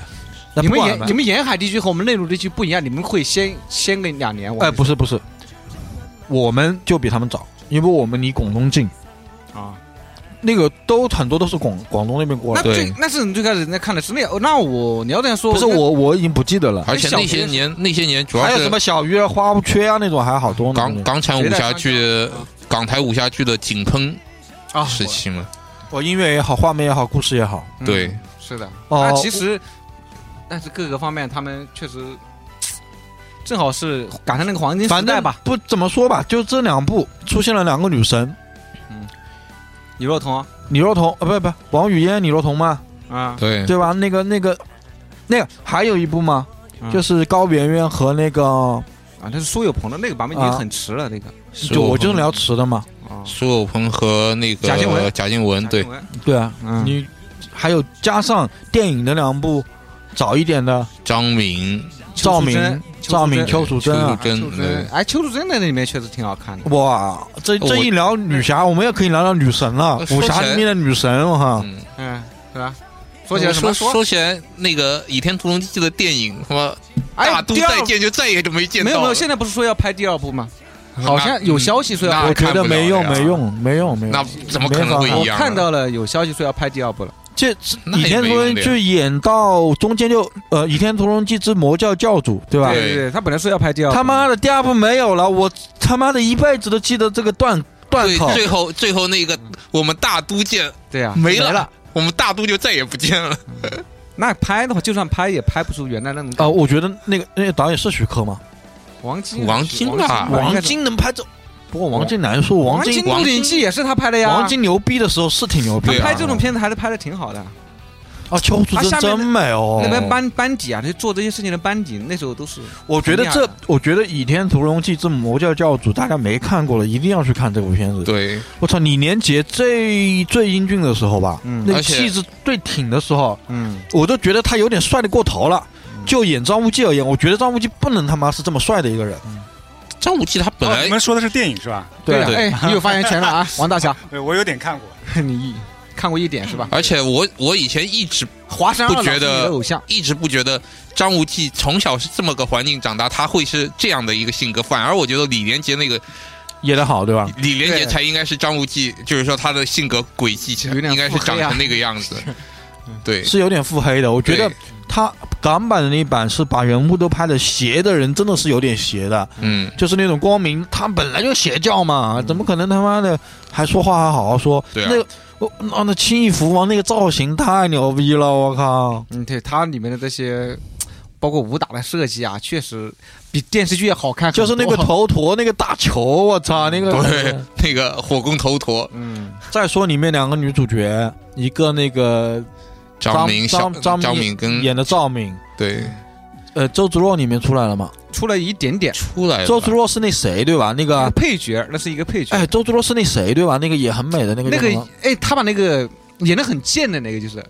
S1: 那
S2: 你
S1: 不
S2: 们
S1: 管
S2: 沿
S1: 了
S2: 你们沿海地区和我们内陆地区
S1: 哎
S2: 不一样，你们会先先个两年。我
S1: 哎，不是不是，我们就比他们早，因为我们离广东近，
S2: 啊，
S1: 那个都很多都是广广东那边过
S2: 那
S1: 来的。
S4: 对
S2: 最那是你最开始人家看的是那那我你要这样说，
S1: 不是
S2: 那
S1: 我，我已经不记得了。
S4: 而且
S2: 小
S4: 那些
S2: 学
S4: 年那些年主要
S1: 还有
S4: 是
S1: 什么小鱼儿、花无缺啊那种还好多呢。
S4: 港港产武侠剧
S2: 谁在上、
S4: 港台武侠剧的井喷
S2: 啊
S4: 时期嘛，
S1: 我音乐也好，画面也好，故事也好。
S2: 嗯
S4: 对，
S2: 是的，
S1: 哦
S2: 那其实，但是各个方面他们确实正好是赶上那个黄金时
S1: 反
S2: 代
S1: 正
S2: 吧。
S1: 不怎么说吧，就这两部出现了两个女神，
S2: 李若彤
S1: 李若彤啊，不不，王语嫣、李若彤嘛，
S2: 啊，
S4: 对，
S1: 对吧？那个那个那个还有一部嘛，
S2: 嗯
S1: 就是高圆圆和那个，
S2: 啊，那是苏有朋的那个版本已
S1: 啊
S2: 经很迟了，那个
S1: 就我就是聊迟的嘛。
S2: 啊，
S4: 苏有朋和那个
S2: 贾静雯
S4: 贾静雯，对
S2: 贾，静雯
S1: 对啊，
S2: 嗯
S1: 你还有加上电影的两部早一点的
S4: 张敏、
S2: 邱
S1: 赵
S2: 淑
S1: 敏
S2: 贞、
S1: 赵敏、
S2: 邱
S1: 邱淑贞啊
S4: 邱淑。贞
S2: 邱淑
S4: 对
S2: 贞，哎，邱淑贞在那里面确实挺好
S4: 哦
S2: 看的。
S1: 哇，这
S4: 我呃
S1: 这一聊女侠，我们也可以聊聊女神了，
S4: 说
S1: 武侠
S4: 起来
S1: 里面的女神，我靠，
S4: 嗯，
S2: 嗯，是吧？说起来什么
S4: 说说起来那个《倚天屠龙记》的电影，他妈
S2: 哎
S4: 大都
S2: 第二
S4: 再见就再也就没见到了，
S2: 没有没有，现在不是说要拍第二部吗？
S4: 那
S2: 好像有消息说要
S4: 那
S1: 我觉
S4: 看不
S1: 得
S4: 了
S1: 没用，
S4: 呀
S1: 没，用，没用，没用。
S4: 那怎么可能会
S2: 我
S4: 一样啊？
S2: 看到了有消息说要拍第二部了。
S1: 这
S4: 那
S1: 倚
S4: 也
S1: 天
S4: 没
S1: 屠
S4: 用
S1: 龙
S4: 的呀
S1: 就演到中间就呃，《倚天屠龙记之魔教教主》对吧？
S2: 对对对，他本来说要拍第二部，
S1: 他妈的第二部没有了，我他妈的一辈子都记得这个断断
S4: 对
S1: 口，
S4: 最后最后那个我们大都见
S2: 对呀，
S4: 没
S1: 没了，
S4: 我们大都就再也不见了。
S2: 那拍的话，就算拍也拍不出原来那种感觉
S1: 啊，
S4: 哦
S1: 我觉得那个那个导演是徐克吗？
S2: 王晶，
S4: 啊王晶吧
S2: 吧应
S1: 王
S2: 该是
S1: 晶能拍这，不过王晶难说，王
S2: 王晶
S1: 晶
S2: 《鹿鼎记》也是他拍的呀。
S1: 王晶牛逼的时候是挺牛逼
S4: 对
S1: 的，
S4: 啊
S2: 拍这种片子还是拍的挺好的。
S1: 啊，邱淑
S2: 他
S1: 贞
S2: 下面
S1: 真美哦
S2: 那。边
S4: 哦
S2: 班班底啊，就做这些事情的班底，那时候都是
S1: 我觉得
S2: 同
S1: 这
S2: 样的，
S1: 我觉得《倚天屠龙记》这魔教教主大家没看过了，一定要去看这部片子。
S4: 对，
S1: 我操，李连杰最最英俊的时候吧，
S2: 嗯
S1: 那
S4: 而且
S1: 气质最挺的时候，
S2: 嗯，
S1: 我都觉得他有点帅的过头了。就演张无忌而言，我觉得张无忌不能他妈是这么帅的一个人。
S4: 张无忌他本
S3: 哦
S4: 来
S1: 啊
S3: 你们说的是电影是吧？
S2: 对
S4: 对
S2: 呀，哎，你有发言权了 啊，王大侠，
S3: 对，我有点看过。
S2: 你看过一点是吧？
S4: 而且我我以前一直
S2: 华山二老
S4: 不觉
S2: 是你
S4: 得
S2: 的偶像，
S4: 一直不觉得张无忌从小是这么个环境长大，他会是这样的一个性格，反而我觉得李连杰那个
S1: 演得啊好，对吧？
S4: 李连杰
S2: 对
S4: 才应该是张无忌，就是说他的性格轨迹
S2: 有点
S4: 应该是
S2: 腹黑
S4: 长
S2: 啊
S4: 成那个样 子。对，
S1: 是有点腹黑的。我觉得
S4: 对
S1: 他港版的那一版是把人物都拍的邪的人，真的是有点邪的，
S4: 嗯，
S1: 就是那种光明，他本来就邪教嘛，怎么可能他妈的还说话还好好说？
S4: 对啊
S1: 那个我那那轻易福王那个造型太牛逼了，我 靠！
S2: 嗯，对，它里面的这些。包括武打的设计啊，确实比电视剧要好看很
S1: 就
S2: 多。
S1: 是那个头陀那个大球，我操，那个
S4: 对， 那个火攻头陀
S2: 嗯，
S1: 再说里面两个女主角，一个那个张
S4: 敏小
S1: 张张
S4: 张敏跟
S1: 演的赵敏，
S4: 对
S1: 呃，周芷若里面出来了嘛？
S2: 出了一点点
S4: 出来了
S1: 周芷若是那谁对吧？那
S2: 一个
S1: 个
S2: 配角，那是一个配角。
S1: 啊哎，周芷若是那谁对吧？那个也很美的那个
S2: 那
S1: 叫
S2: 个
S1: 什么
S2: 哎，他把那个演的很贱的那个，就是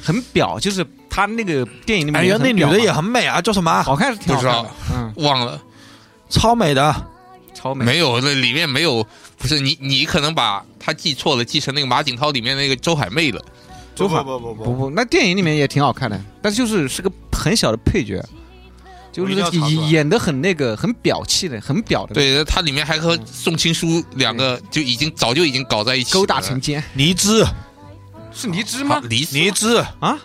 S2: 很表，就是他那个电影里面
S1: 哎
S2: 也
S1: 呀，
S2: 很
S1: 那女
S2: 表嘛
S1: 的也很美啊，叫什么啊？
S2: 好看是挺
S4: 不
S2: 好
S4: 知
S2: 看
S4: 道
S2: 的，嗯，
S4: 忘了
S1: 超美的，
S2: 超美。
S4: 没有？那里面没有，不是你你可能把他记错了，记成那个马景涛里面那个周海媚了。
S2: 周海
S3: 不不
S2: 不不，那电影里面也挺好看的，但是就是是个很小的配角，就
S3: 我
S2: 是
S3: 一定要查出来
S2: 演演的很那个，很表气的，很表的，，
S4: 对，它里面还和宋青书两个就已经早就已经搞在一起了，啊
S2: 勾搭成奸，
S1: 黎姿，
S2: 是黎姿
S4: 好
S2: 吗？
S4: 黎姿
S1: 黎姿
S2: 啊，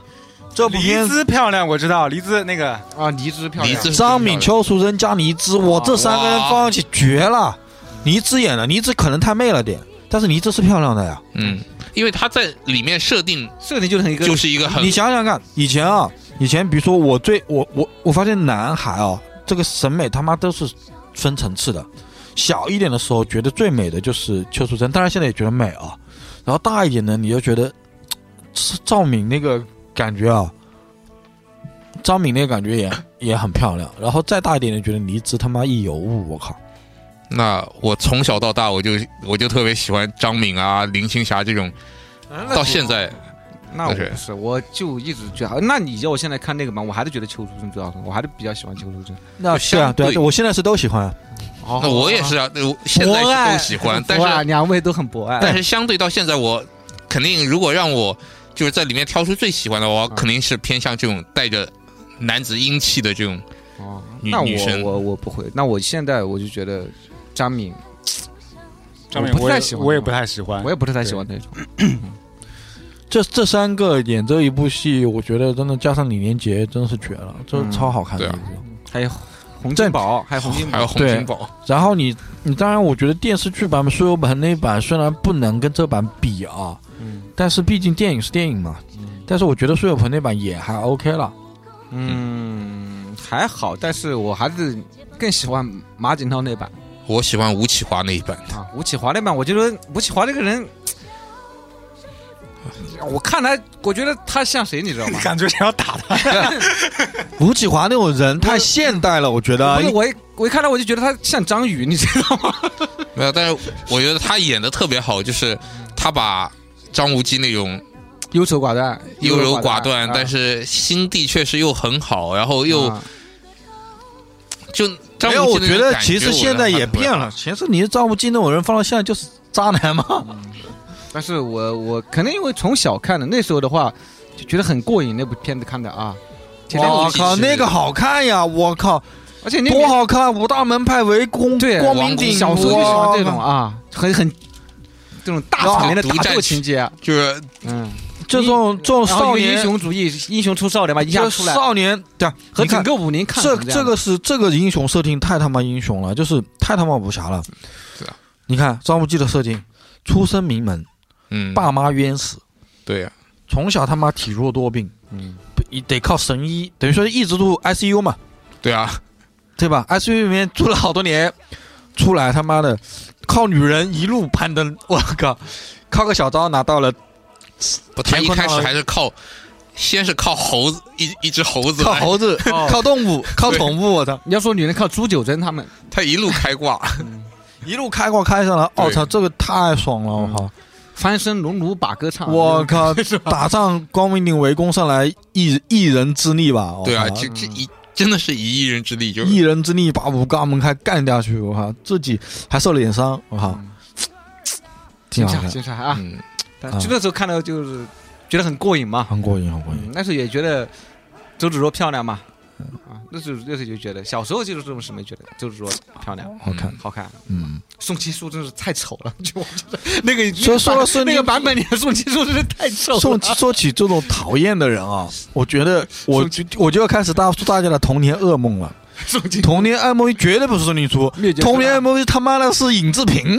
S1: 这部
S3: 黎
S1: 片子
S3: 姿漂亮，我知道黎姿那个
S2: 啊，黎姿漂
S4: 黎
S2: 亮，
S4: 姿是
S1: 张敏、邱淑贞加黎姿，我这三个人放一起绝了。黎姿演了，黎姿可能太媚了点，但是黎姿是漂亮的呀。
S4: 嗯，因为他在里面设定
S2: 设定就是一个
S4: 就是一个 很
S1: 你想想看，以前啊，以前比如说我最我我我发现男孩啊，这个审美他妈都是分层次的。小一点的时候觉得最美的就是邱淑贞，当然现在也觉得美啊。然后大一点呢，你就觉得嘖赵敏那个感觉啊，张敏那个感觉也也很漂亮。然后再大一点的，觉得黎姿他妈一油物，我靠！
S4: 那我从小到大我就我就特别喜欢张敏啊、林青霞这种，到现在
S2: 嗯那我
S4: 对
S2: 不是，我就一直觉得，那你叫我现在看那个嘛，我还是觉得邱淑贞最好看，我还是比较喜欢邱淑贞。
S1: 那对啊
S4: 相
S1: 对啊，
S4: 对
S1: 对我现在是都喜欢。
S2: 哦哎
S4: 那我也是啊，我现在
S2: 博
S4: 是
S2: 爱
S4: 都喜 欢，但
S2: 博爱
S4: 是
S2: 两位都很博爱，
S4: 但是相对到现在我肯定如果让我就是在里面挑出最喜欢的，我肯定是偏向这种带着男子英气的这种
S2: 哦，
S4: 女
S2: 那
S4: 女生
S2: 我我我不会，那我现在我就觉得张敏
S3: 张敏
S2: 我不
S3: 我也
S2: 太喜欢
S3: 我也不太喜欢？
S4: 哎
S2: 我。也不是太喜欢那种。
S1: 这这三个演这一部戏，我觉得真的加上李连杰，真是绝了，这
S2: 嗯
S1: 超好看的
S4: 对
S1: 一
S4: 啊
S1: 部。
S2: 还有洪金宝，还有洪金
S4: 还有
S2: 宝，
S4: 洪金宝，
S1: 然后你你当然，我觉得电视剧版本、苏有朋那一版虽然不能跟这版比啊，
S2: 嗯
S1: 但是毕竟电影是电影嘛。但是我觉得苏有朋那版也还 OK 了。
S2: 嗯，还好，但是我还是更喜欢马景涛那版
S4: 我喜欢吴启华那一版。
S2: 啊，吴启华那版，我觉得吴启华这个人。我看他，我觉得他像谁，你知道 吗
S3: 感觉想要打他，
S1: 吴启华那种人太现代了，我觉得哎
S2: 不是呃我一我一看他我就觉得他像张宇，你知道吗？
S4: 没有，但是我觉得他演的特别好，就是他把张无忌那种
S2: 优柔寡断，啊
S4: 优柔寡断，但
S2: 是
S4: 是心地确实又很好，然后又就张
S1: 嗯没有，
S4: 无
S1: 我
S4: 忌那
S1: 觉
S4: 种
S1: 得
S4: 感
S1: 其实
S4: 我
S1: 现
S4: 觉
S1: 在
S4: 得他
S1: 也
S4: 特别
S1: 变
S4: 好
S1: 了。其实你是赵无忌那种人放到现在就是渣男嘛。
S2: 嗯但是我我可能因为从小看的，那时候的话就觉得很过瘾，那部片子看的啊。前面
S1: 我
S4: 其
S1: 靠，
S4: 实
S1: 那个好看呀！我靠，
S2: 而且那
S1: 多好看！五大门派围攻
S2: 对
S1: 光
S4: 王
S1: 明
S4: 宫
S1: 顶，哦
S2: 小时候就喜欢这种
S1: 哇，
S2: 啊，很很这种大场面的打斗情节，
S4: 就是
S2: 嗯，
S1: 这种这种
S2: 然
S1: 少
S2: 后有英
S1: 年，
S2: 雄主义，英雄出少年嘛，一下
S1: 就
S2: 出来
S1: 少年对啊，
S2: 和
S1: 你看
S2: 整个武林看
S1: 这
S2: 成
S1: 这
S2: 样
S1: 个是这个英雄设定太他妈英雄了，就是太他妈武侠了。
S4: 是啊，
S1: 你看张无忌的设定，出身名门，
S4: 嗯，
S1: 爸妈冤死，
S4: 对啊呀、
S1: 从小他妈体弱多病，
S2: 嗯，
S1: 得得靠神医，等于说一直住 ICU 嘛，
S4: 对啊，
S1: 对吧？ICU 里面住了好多年，出来他妈的靠女人一路攀登，我靠，靠个小招拿到了，
S4: 不，他一
S1: 乾坤
S4: 开始
S1: 大挪移
S4: 还是靠，先是靠猴子一一只猴子
S1: 靠
S4: 来，
S1: 猴子，
S2: 哦
S1: 靠动物，靠
S4: 对
S1: 宠物，我操，
S2: 你要说女人靠朱九真他们，
S4: 他一路开挂，
S1: 一路开挂开上来，我
S4: 对
S1: 操，这个太爽了，我靠！
S2: 翻身农奴把歌唱，
S1: 我靠！ 打仗光明顶围攻上来，一一人之力
S2: 哦
S1: 吧？我
S4: 对啊，
S1: 靠
S4: 这
S2: 嗯
S4: 这一真的是以一人之力就
S1: 一人之力把五嘎门开干下去，我靠，自己还受了点伤，我靠，
S2: 嗯
S1: 挺
S2: 精
S1: 好
S2: 彩
S1: 看，
S2: 精彩啊！
S4: 嗯，
S2: 但
S1: 啊
S2: 就那时候看到就是觉得很过瘾嘛，
S1: 很过瘾，很过瘾。嗯
S2: 嗯，那时候也觉得周芷若漂亮嘛，啊，那时候那时候就觉得，小时候就是这么是没觉得周芷若漂亮，
S1: 好 看，
S2: 好看。
S1: 嗯，
S2: 宋七叔真是太丑了， 就我觉得那个
S1: 所以 说到宋
S2: 那
S1: 七
S2: 个版本里的宋七叔真是太丑了。
S1: 说说起这种讨厌的人啊，我觉 得我就我就要开始大说大家的童年噩梦了。
S2: 宋七
S1: 童年噩梦绝对不是孙丽珠
S2: 灭，绝
S1: 童年
S2: 师
S1: 噩梦他妈的是尹志 平，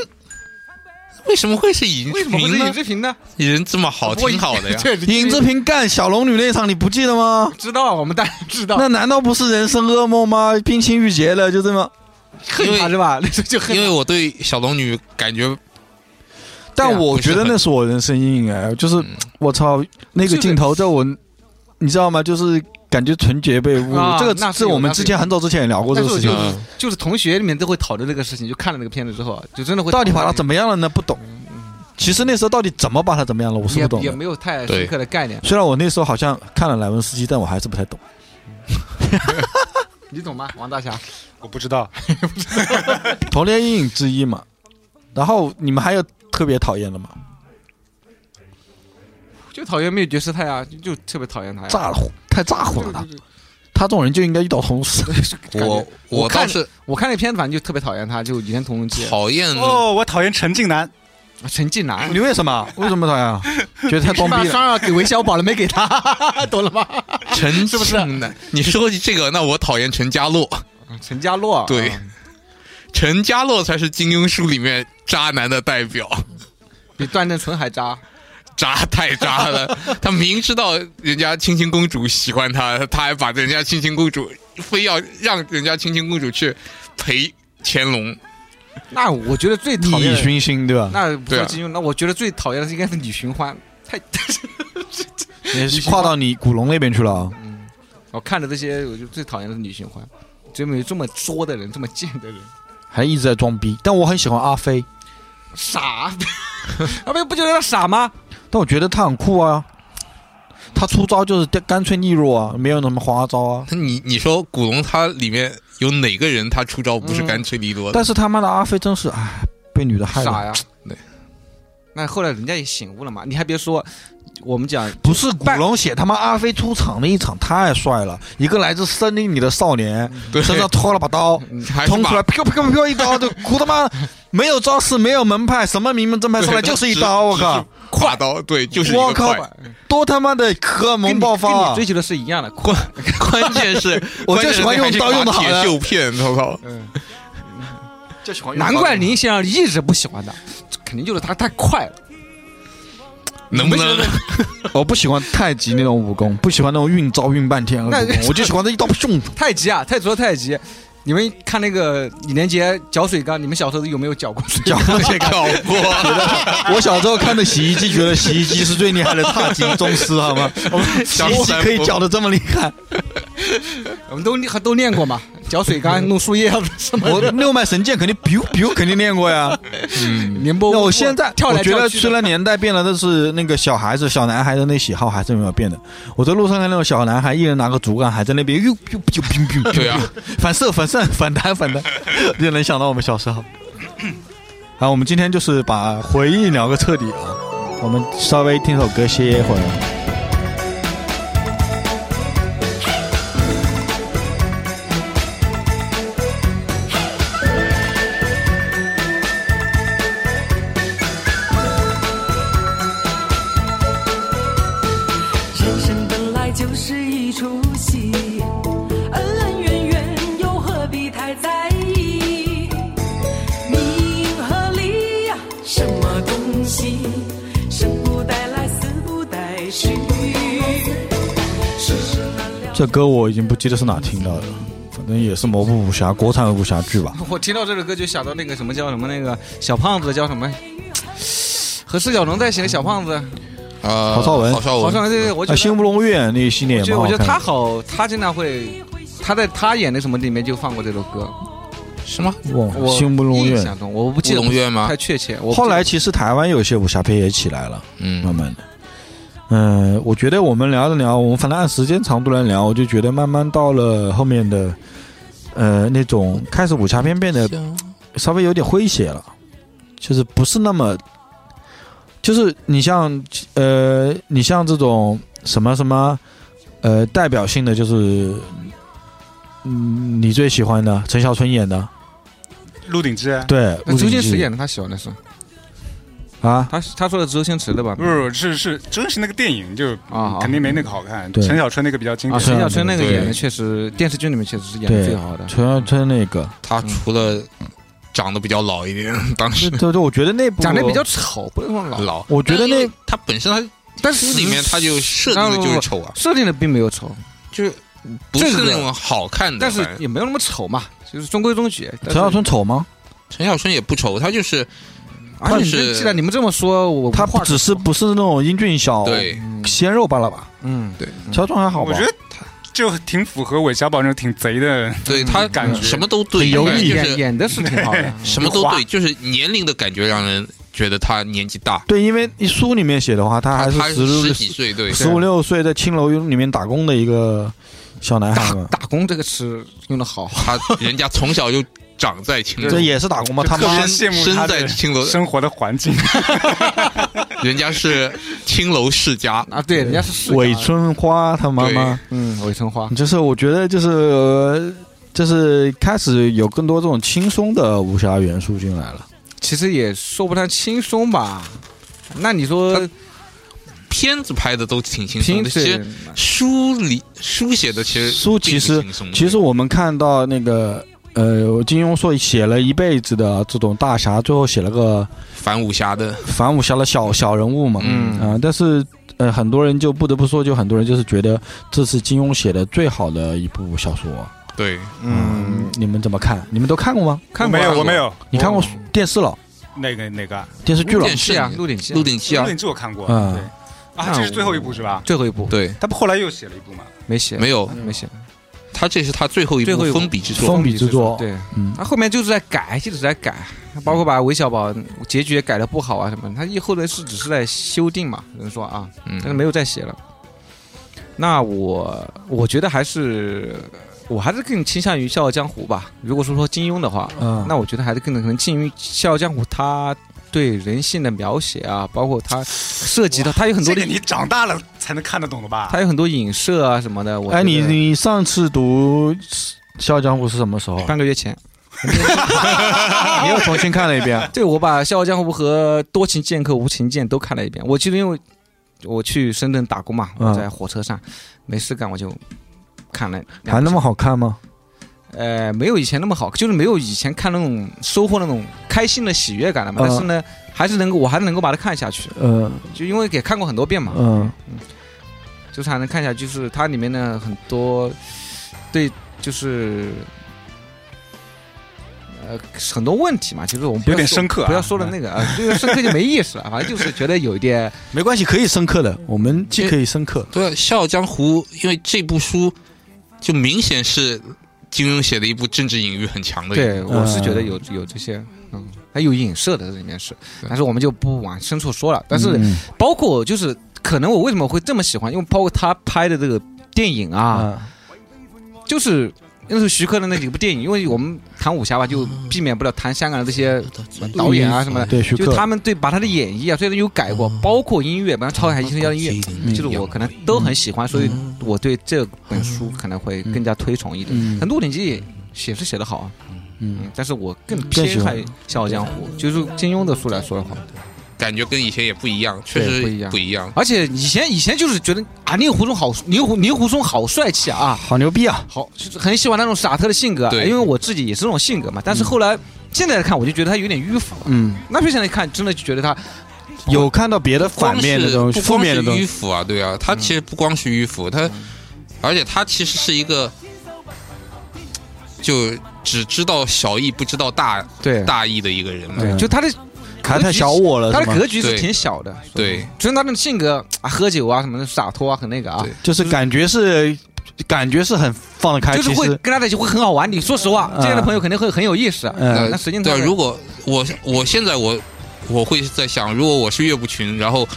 S4: 为什么会是尹
S2: 为
S4: 志
S2: 什么会
S4: 平
S2: 是尹
S4: 呢？
S2: 志平呢？，
S4: 人这么
S1: 哦
S4: 好，挺好的呀
S2: 对，
S1: 尹志平干小龙女那场你不记得吗？
S2: 知道，我们当然
S4: 啊
S2: 知道，
S1: 那难道不是人生噩梦吗？冰清玉洁了，就这么。
S2: 恨他是吧？那 时候就恨
S4: 因
S2: 他
S4: 为我对小龙女感觉
S1: 但
S2: 对啊
S1: 我
S4: 不是
S1: 觉得
S4: 很
S1: 那是我人生阴影哎，就是
S4: 嗯
S1: 我操，那
S2: 这
S1: 个
S2: 个
S1: 镜头在我，你知道吗？就是感觉纯洁被侮
S2: 啊
S1: 辱。这
S2: 那
S1: 个
S2: 是
S1: 是
S2: 有
S1: 我们
S2: 那是
S1: 之前很早之前也聊过这
S2: 但
S1: 个
S2: 是我
S1: 事
S2: 就
S1: 情，啊
S2: 是
S4: 嗯
S2: 就是同学里面都会讨论这个事情，就看了那个片子之后，就真的会
S1: 到底把
S2: 讨
S1: 他
S2: 论
S1: 怎么样了呢？不懂。其实那时候到底怎么把他怎么样了，我是不懂
S2: 嗯也也
S1: 的。
S2: 没有太
S4: 对
S2: 深刻的概念，
S1: 虽然我那时候好像看了莱文斯基，但我还是不太懂。
S2: 你懂吗？王大侠，
S3: 我不知道。
S1: 童年阴影之一嘛。然后你们还有特别讨厌的吗？
S2: 就讨厌灭绝师太啊，就就特别讨厌他呀。
S1: 咋呼，太咋呼了他。他这种人就应该遇到同事。
S2: 感
S4: 我
S2: 觉
S4: 我
S2: 我看
S4: 倒是
S2: 我看那片子反正就特别讨厌他，就《倚天屠龙记》
S4: 讨厌
S3: 哦，我讨厌陈近南，
S2: 陈近南，
S1: 你为什么？为什么讨厌啊？觉得太装
S2: 把
S1: 逼了。
S2: 双儿给韦小宝了，没给他， 懂了吗？
S4: 陈是不是？
S2: 啊
S4: 你说起这个，那我讨厌陈家洛，
S2: 陈家洛，
S4: 对
S2: 啊
S4: 陈家洛才是金庸书里面渣男的代表。
S2: 比段正淳还渣。
S4: 渣太渣了！他明知道人家清清公主喜欢他，他还把人家清清公主非要让人家清清公主去陪乾隆。
S2: 那我觉得最
S1: 利
S2: 讨厌
S1: 益
S2: 的，
S1: 熏心，对吧？
S2: 那不
S4: 对啊
S2: 说金庸，那我觉得最讨厌的是应该是李寻欢。太，
S1: 也是跨到你古龙那边去了啊！
S2: 我看着这些，我就最讨厌的是李寻欢，真没有这么作的人，这么贱的人，
S1: 还一直在装逼。但我很喜欢阿飞，
S2: 傻。 他们不觉得他傻吗？
S1: 但我觉得他很酷啊。他出招就是干脆利落啊，没有什么花招啊。
S4: 那你你说古龙他里面有哪个人他出招不是干脆利落的？
S1: 嗯但是他妈的阿飞真是，唉，被女的害
S2: 傻
S1: 了。
S2: 呀。
S4: 对。
S2: 那后来人家也醒悟了嘛？你还别说，我们讲
S1: 不是古龙写他妈阿飞出场那一场太帅了，一个来自森林里的少年
S4: 对嗯
S1: 身上拖了把刀，
S4: 还是
S1: 冲出来，
S4: 把
S1: 飘飘飘飘一刀就哭他妈没有招式，没有门派，什么名门正派上来就是一刀，我靠！，
S4: 跨刀，对， 就是一
S1: 我
S4: 个
S1: 靠
S4: 快。，
S1: 多他妈的荷尔蒙爆发
S2: 跟你
S1: 啊
S2: 追！求的是一样的，
S4: 关关键 是，
S1: 我
S4: 关键
S1: 就喜欢
S4: 是还
S1: 用
S4: 是
S1: 刀
S4: 把
S1: 用得好
S4: 铁
S1: 的嗯
S4: 锈片，我靠，
S2: 难怪林先生一直不喜欢他，肯定就是他太快了。
S4: 能不能？
S1: 我不喜欢太极那种武功，不喜欢那种运招运半天的武功，我就喜欢这一刀咻。
S2: 太极啊，太祖太极，你们看那个李连杰搅水缸，你们小时候有没有搅过水缸？
S4: 搞过？
S1: 我小时候看的洗衣机，觉得洗衣机是最厉害的踏击宗师，好吗？洗衣机可以搅的这么厉害，
S2: 我们都练都练过嘛，搅水缸、弄树叶什么
S1: 我
S2: 的。
S1: 六脉神剑肯定 biu biu 肯定练过呀。
S2: 宁波
S1: 嗯那
S2: 舞
S1: 我现在
S2: 哦跳来
S1: 我觉
S2: 跳
S1: 得
S2: 去的
S1: 虽然年代变了，但是那个小孩子、小男孩的那喜好还是没有变的。我在路上看那种小男孩，一人拿个竹竿，还在那边呦呦呦乒乒，
S4: 对啊，
S1: 反射、反射、反弹、反弹， 就能想到我们小时候。好，我们今天就是把回忆聊个彻底啊，我们稍微听首歌歇一会儿。
S9: 人生本来就是一出戏，恩恩怨怨又何必太在意？名和利呀，什么东西？生不带来，死不带去。世事难料。
S1: 这歌我已经不记得是哪听到的，反正也是某部武侠国产武侠剧吧。
S2: 我听到这首歌就想到那个什么叫什么那个小胖子叫什么，和释小龙在一起的小胖子，
S4: 啊，
S1: 郝邵文
S4: 郝邵
S2: 好
S4: 文，
S2: 像对对，我觉
S1: 啊，《
S2: 得
S1: 新乌龙院》那一系列也
S2: 就
S1: 蛮好
S2: 我觉
S1: 看
S2: 得他
S1: 的。
S2: 好，他经常会。他在他演的什么里面就放过这首歌，
S4: 什么
S1: 哇，
S2: 我
S1: 《新乌龙
S2: 印
S1: 院》
S2: 象中我不记
S4: 乌龙
S2: 得
S4: 院吗
S2: 太？确切。我不
S1: 后来
S2: 记
S1: 其实台湾有些武侠片也起来了，慢
S4: 嗯，
S1: 慢的。嗯，我觉得我们聊着聊，我们反正按时间长度来聊，我就觉得慢慢到了后面的，呃，那种开始武侠片变得稍微有点诙谐了，就是不是那么，就是你像呃，你像这种什么什么，呃，代表性的就是，嗯，你最喜欢的陈小春演的，
S3: 鹿鼎记》啊，
S1: 对，
S2: 得
S1: 鹿
S2: 呃周
S1: 鼎
S2: 星
S1: 记
S2: 驰演的，他喜欢的是
S1: 啊，
S2: 他他说的周星驰的吧
S3: 不？是是是，真是那个电影就
S2: 啊，
S3: 肯定没那个好看。
S1: 对
S3: 陈小春那个比较经
S2: 啊，
S3: 典。
S2: 陈小春那个
S4: 对
S2: 演的确实，电视剧里面确实是演的
S1: 对
S2: 最好的。
S1: 陈小春那个，
S4: 他除了长得比较老一点，当时
S1: 对对，我觉得那部
S2: 长得比较丑，不能说老，
S4: 老，
S1: 嗯我觉得那嗯
S4: 但因为他本身他
S2: 但
S4: 书
S2: 是
S4: 里面他就设定的就是丑啊，
S2: 设定的并没有丑，
S4: 就是
S1: 嗯
S4: 不是那种好看的。
S2: 但是
S4: 反正
S2: 也没有那么丑嘛，就是中规中矩。但
S1: 陈
S2: 是
S1: 小春丑吗？
S4: 陈小春也不丑，他就是
S2: 而且
S4: 但
S2: 你
S4: 是
S2: 既然你们这么说，我
S1: 他
S2: 画
S1: 只是不是那种英俊小
S4: 对
S1: 鲜肉罢了吧？
S2: 嗯，
S1: 陈小春还好吧？
S3: 我觉得他就挺符合韦小宝那种挺贼的。
S4: 对他
S3: 感觉
S4: 什么都对，
S1: 很油
S4: 反正
S1: 腻
S4: 就
S2: 演
S4: 是
S2: 演的是挺好的。
S4: 什么都
S3: 滑
S4: 对，就是年龄的感觉让人觉得他年纪大，
S1: 对，因为一书里面写的话，他还是
S4: 他
S1: 十
S4: 十
S1: 六
S4: 几岁，对，
S1: 十五六岁在青楼里面打工的一个小男孩嘛，
S2: 打工这个词用的好，
S4: 他人家从小就长在青楼
S1: 这，也是打工吗？
S2: 哦
S3: 就
S1: 他
S3: 特
S1: 妈
S3: 别
S4: 身
S3: 羡慕他
S4: 身在
S3: 的
S4: 青楼，
S3: 生活的环境。
S4: 人家是青楼世家，
S2: 啊，对，人家是世家
S1: 韦，春花他妈妈，
S2: 嗯，韦春花，
S1: 就是我觉得就是呃就是开始有更多这种轻松的武侠元素进来了。
S2: 其实也说不上轻松吧。那你说
S4: 片子拍的都挺轻松
S2: 平
S4: 的，其
S2: 时
S4: 实书里书写的其实
S1: 书其实
S4: 并不轻松的
S1: 其实我们看到那个呃，金庸说写了一辈子的这种大侠，最后写了个
S4: 反武侠的，
S1: 反武侠的小小人物嘛，
S4: 嗯
S1: 啊、但是呃，很多人就不得不说，就很多人就是觉得这是金庸写的最好的一部小说。
S4: 对，
S1: 嗯，你们怎么看？你们都看过吗？
S2: 看过
S3: 没
S2: 啊
S3: 有，我没有
S1: 你看过电视了、
S3: 那个哪个啊
S1: 电视剧了
S4: 电？视
S2: 是啊
S4: 里，面
S2: 鹿鼎记
S4: 《鹿鼎记》
S3: 鹿
S4: 啊，
S3: 鼎记》我看过。
S1: 嗯
S3: 对啊，这是最后一部是吧？
S2: 最后一部
S4: 对，
S3: 他不后来又写了一部嘛？
S2: 没写，嗯
S4: 没有，
S2: 没写，
S4: 他这是他最后一
S2: 最后一
S4: 部
S2: 部
S4: 封笔之作
S1: 封，笔之作。
S2: 对。
S1: 嗯，
S2: 他后面就是在改，一直在改，包括把韦小宝结局也改的不好啊什么的，他以后的是只是在修订嘛，只能说啊，
S4: 嗯
S2: 但是没有再写了。那我我觉得还是我还是更倾向于《笑傲江湖》吧。如果说说金庸的话，
S1: 嗯
S2: 那我觉得还是更可能近于《笑傲江湖》，他对人性的描写啊，包括他涉及到 他有很多
S3: 这
S2: 的
S3: 个，你长大了才能看得懂的吧？
S2: 他有很多影射啊什么的。我
S1: 哎，
S2: 觉得
S1: 你你上次读《笑傲江湖》是什么时候？啊
S2: 半个月前
S1: 你又重新看了一遍，
S2: 对，我把《笑傲江湖》和《多情剑客无情剑》都看了一遍。我记得因为我去深圳打工嘛，
S1: 嗯
S2: 我在火车上没事干，我就看了。
S1: 还那么？好看吗？
S2: 呃，没有以前那么好，就是没有以前看那种收获那种开心的喜悦感了嘛。
S1: 嗯
S2: 但是呢，还是能够，我还是能够把它看下去，
S1: 嗯
S2: 就因为也看过很多遍嘛。
S1: 嗯
S2: 就是还能看一下，就是它里面的很多对，就是呃很多问题嘛。其实我们不要
S3: 有点
S2: 说
S3: 深刻啊
S2: 不要说的那个啊，这个深刻就没意思了。反正就是觉得有一 点，
S1: 没关系，可以深刻的，我们既可以深刻，
S4: 对啊，《笑傲江湖》因为这部书就明显是金庸写的一部政治隐喻很强的。，
S2: 对我是觉得有有这些，嗯，还有影射的这里面是，但是我们就不往深处说了。但是
S1: 嗯
S2: 包括就是可能我为什么会这么喜欢，因为包括他拍的这个电影啊，
S1: 啊
S2: 就是那时候徐克的那几部电影，因为我们谈武侠吧，就避免不了谈香港的这些导演啊什么的，
S1: 对徐
S2: 就
S1: 克
S2: 他们对把他的演绎啊，这些东西有改过，
S1: 嗯
S2: 包括音乐，本来朝海医生家的音乐，就是我可能都很喜
S1: 嗯
S2: 欢，所以我对这本书可能会更加推崇一点。
S1: 嗯
S2: 那《鹿鼎记》写是写得好啊，
S1: 嗯
S2: 嗯，但是我更
S1: 更喜
S2: 偏
S1: 欢
S2: 爱《笑傲江湖》，就是金庸的书来说的话，
S4: 感觉跟以前也不一样，确
S2: 对
S4: 实
S2: 不一样
S4: 不一样。
S2: 而且以前以前就是觉得啊，令狐冲好，令狐令狐冲好帅气啊，
S1: 好牛逼啊！
S2: 好，就是很喜欢那种傻特的性格，
S4: 对
S2: 因为我自己也是那种性格嘛。但是后来、现在来看，我就觉得他有点迂腐。
S1: 嗯，
S2: 那现在看，真的就觉得他
S1: 有看到别的反面的东西，
S4: 不
S1: 负
S4: 光
S1: 面
S4: 是
S1: 的东
S4: 迂
S1: 西，
S4: 腐啊，对啊，他其实不光是迂腐，他而且他其实是一个就只知道小义不知道大
S2: 对
S4: 大义的一个人嘛。
S1: 嗯
S2: 就他的
S1: 看太小我了，
S2: 他
S1: 是
S2: 的
S1: 吗？
S2: 格局是
S4: 对
S2: 挺小的，
S4: 对，
S2: 所以他的性格啊，喝酒啊什么的洒脱啊，很那个啊
S4: 对，
S1: 就是感觉是感觉是很放得开，
S2: 就是
S1: 其
S2: 会
S1: 实
S2: 跟他在一起会很好玩。你说实话，
S1: 嗯
S2: 这样的朋友肯定会很有意思。
S1: 嗯
S2: 那实际上
S4: 对啊，
S2: 他
S4: 如果我我现在我我会在想，如果我是岳不群，然后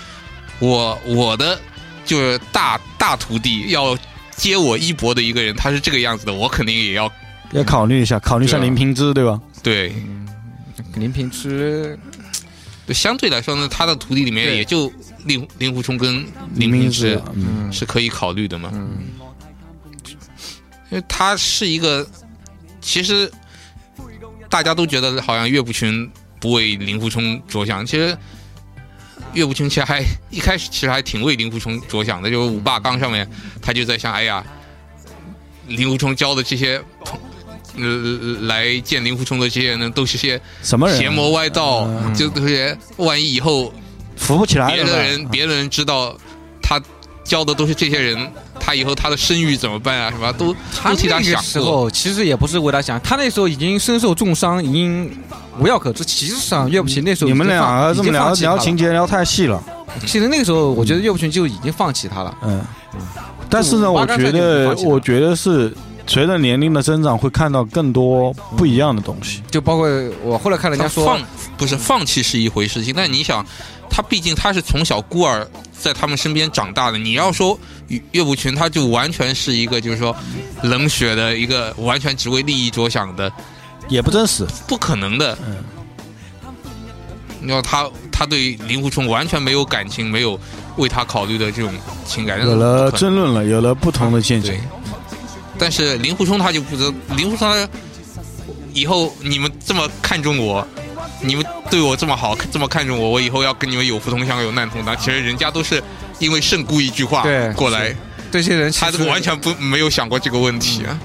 S4: 我我的就是大大徒弟要接我衣钵的一个人，他是这个样子的，我肯定也要
S1: 要考虑一下，考虑一下
S4: 对啊
S1: 林平之，对吧？
S4: 对。
S2: 林平之
S4: 对，相对来说呢，他的徒弟里面也就令令狐冲跟林
S1: 平
S4: 平之，
S1: 嗯
S4: 是可以考虑的嘛。嗯，因为他是一个，其实大家都觉得好像岳不群不为令狐冲着想，其实岳不群其实还一开始其实还挺为令狐冲着想的，就是五霸纲上面他就在想，哎呀，令狐冲教的这些。呃，来见令狐冲的这些人呢，都是些
S1: 什么人？啊
S4: 邪魔歪道，
S1: 嗯
S4: 就这些。万一以后
S1: 扶不起来
S2: 哎
S4: 别
S1: 怎么
S4: 的
S1: 办
S4: 人
S1: 啊
S4: 别的人知道他教的都是这些人，他以后他的声誉怎么办啊？什么都
S2: 他
S4: 都替
S2: 那
S4: 他
S2: 个
S4: 想
S2: 时
S4: 过。
S2: 候其实也不是为他想，他那时候已经身受重伤，已经无药可治。其实上岳不群那时候
S1: 你们
S2: 已经放
S1: 俩啊这么聊聊情，
S2: 已经放弃
S1: 节聊太细了，
S2: 他了其实那个时候我觉得岳不群就已经放弃他了。
S1: 嗯。但是呢，
S2: 我
S1: 我
S2: 刚才
S1: 觉
S2: 就
S1: 得
S2: 发，现了
S1: 我觉得是随着年龄的增长，会看到更多不一样的东西。
S2: 就包括我后来看人家
S4: 他
S2: 说
S4: 放，不是放弃是一回事情，但你想，他毕竟他是从小孤儿在他们身边长大的。你要说岳岳不群，他就完全是一个就是说冷血的一个，完全只为利益着想的，
S1: 也不真实，
S4: 不可能的。
S1: 嗯
S4: 你要他他对令狐冲完全没有感情，没有为他考虑的这种情感，
S1: 有了
S4: 不可能
S1: 争论了，有了不同的见解
S4: 嗯对。，但是令狐冲他就不知，令狐冲他以后你们这么
S1: 嗯
S4: 看重我，你们对我这么好，这么看重我，我以后要跟你们有福同享，有难同当。其实人家都是因为圣姑一句话
S2: 对
S4: 过来，
S2: 这些人其
S4: 他
S2: 实
S4: 完全不没有想过这个问题啊。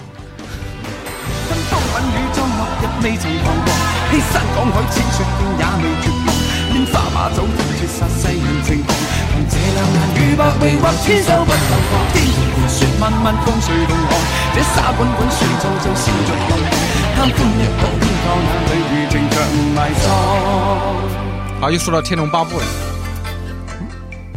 S10: 跟風品與裝落日未曾彷徨，欺山趕海千雪遍也未絕望，拈花把酒斷絕殺世人情狂，憑這兩眼與百臂或千手不能防。天地盤雪漫漫風水動寒，這沙滾滾水皺皺笑逐浪，貪歡一晌偏教那裏如情長埋葬。
S2: 啊，又说到《天龙八部》了。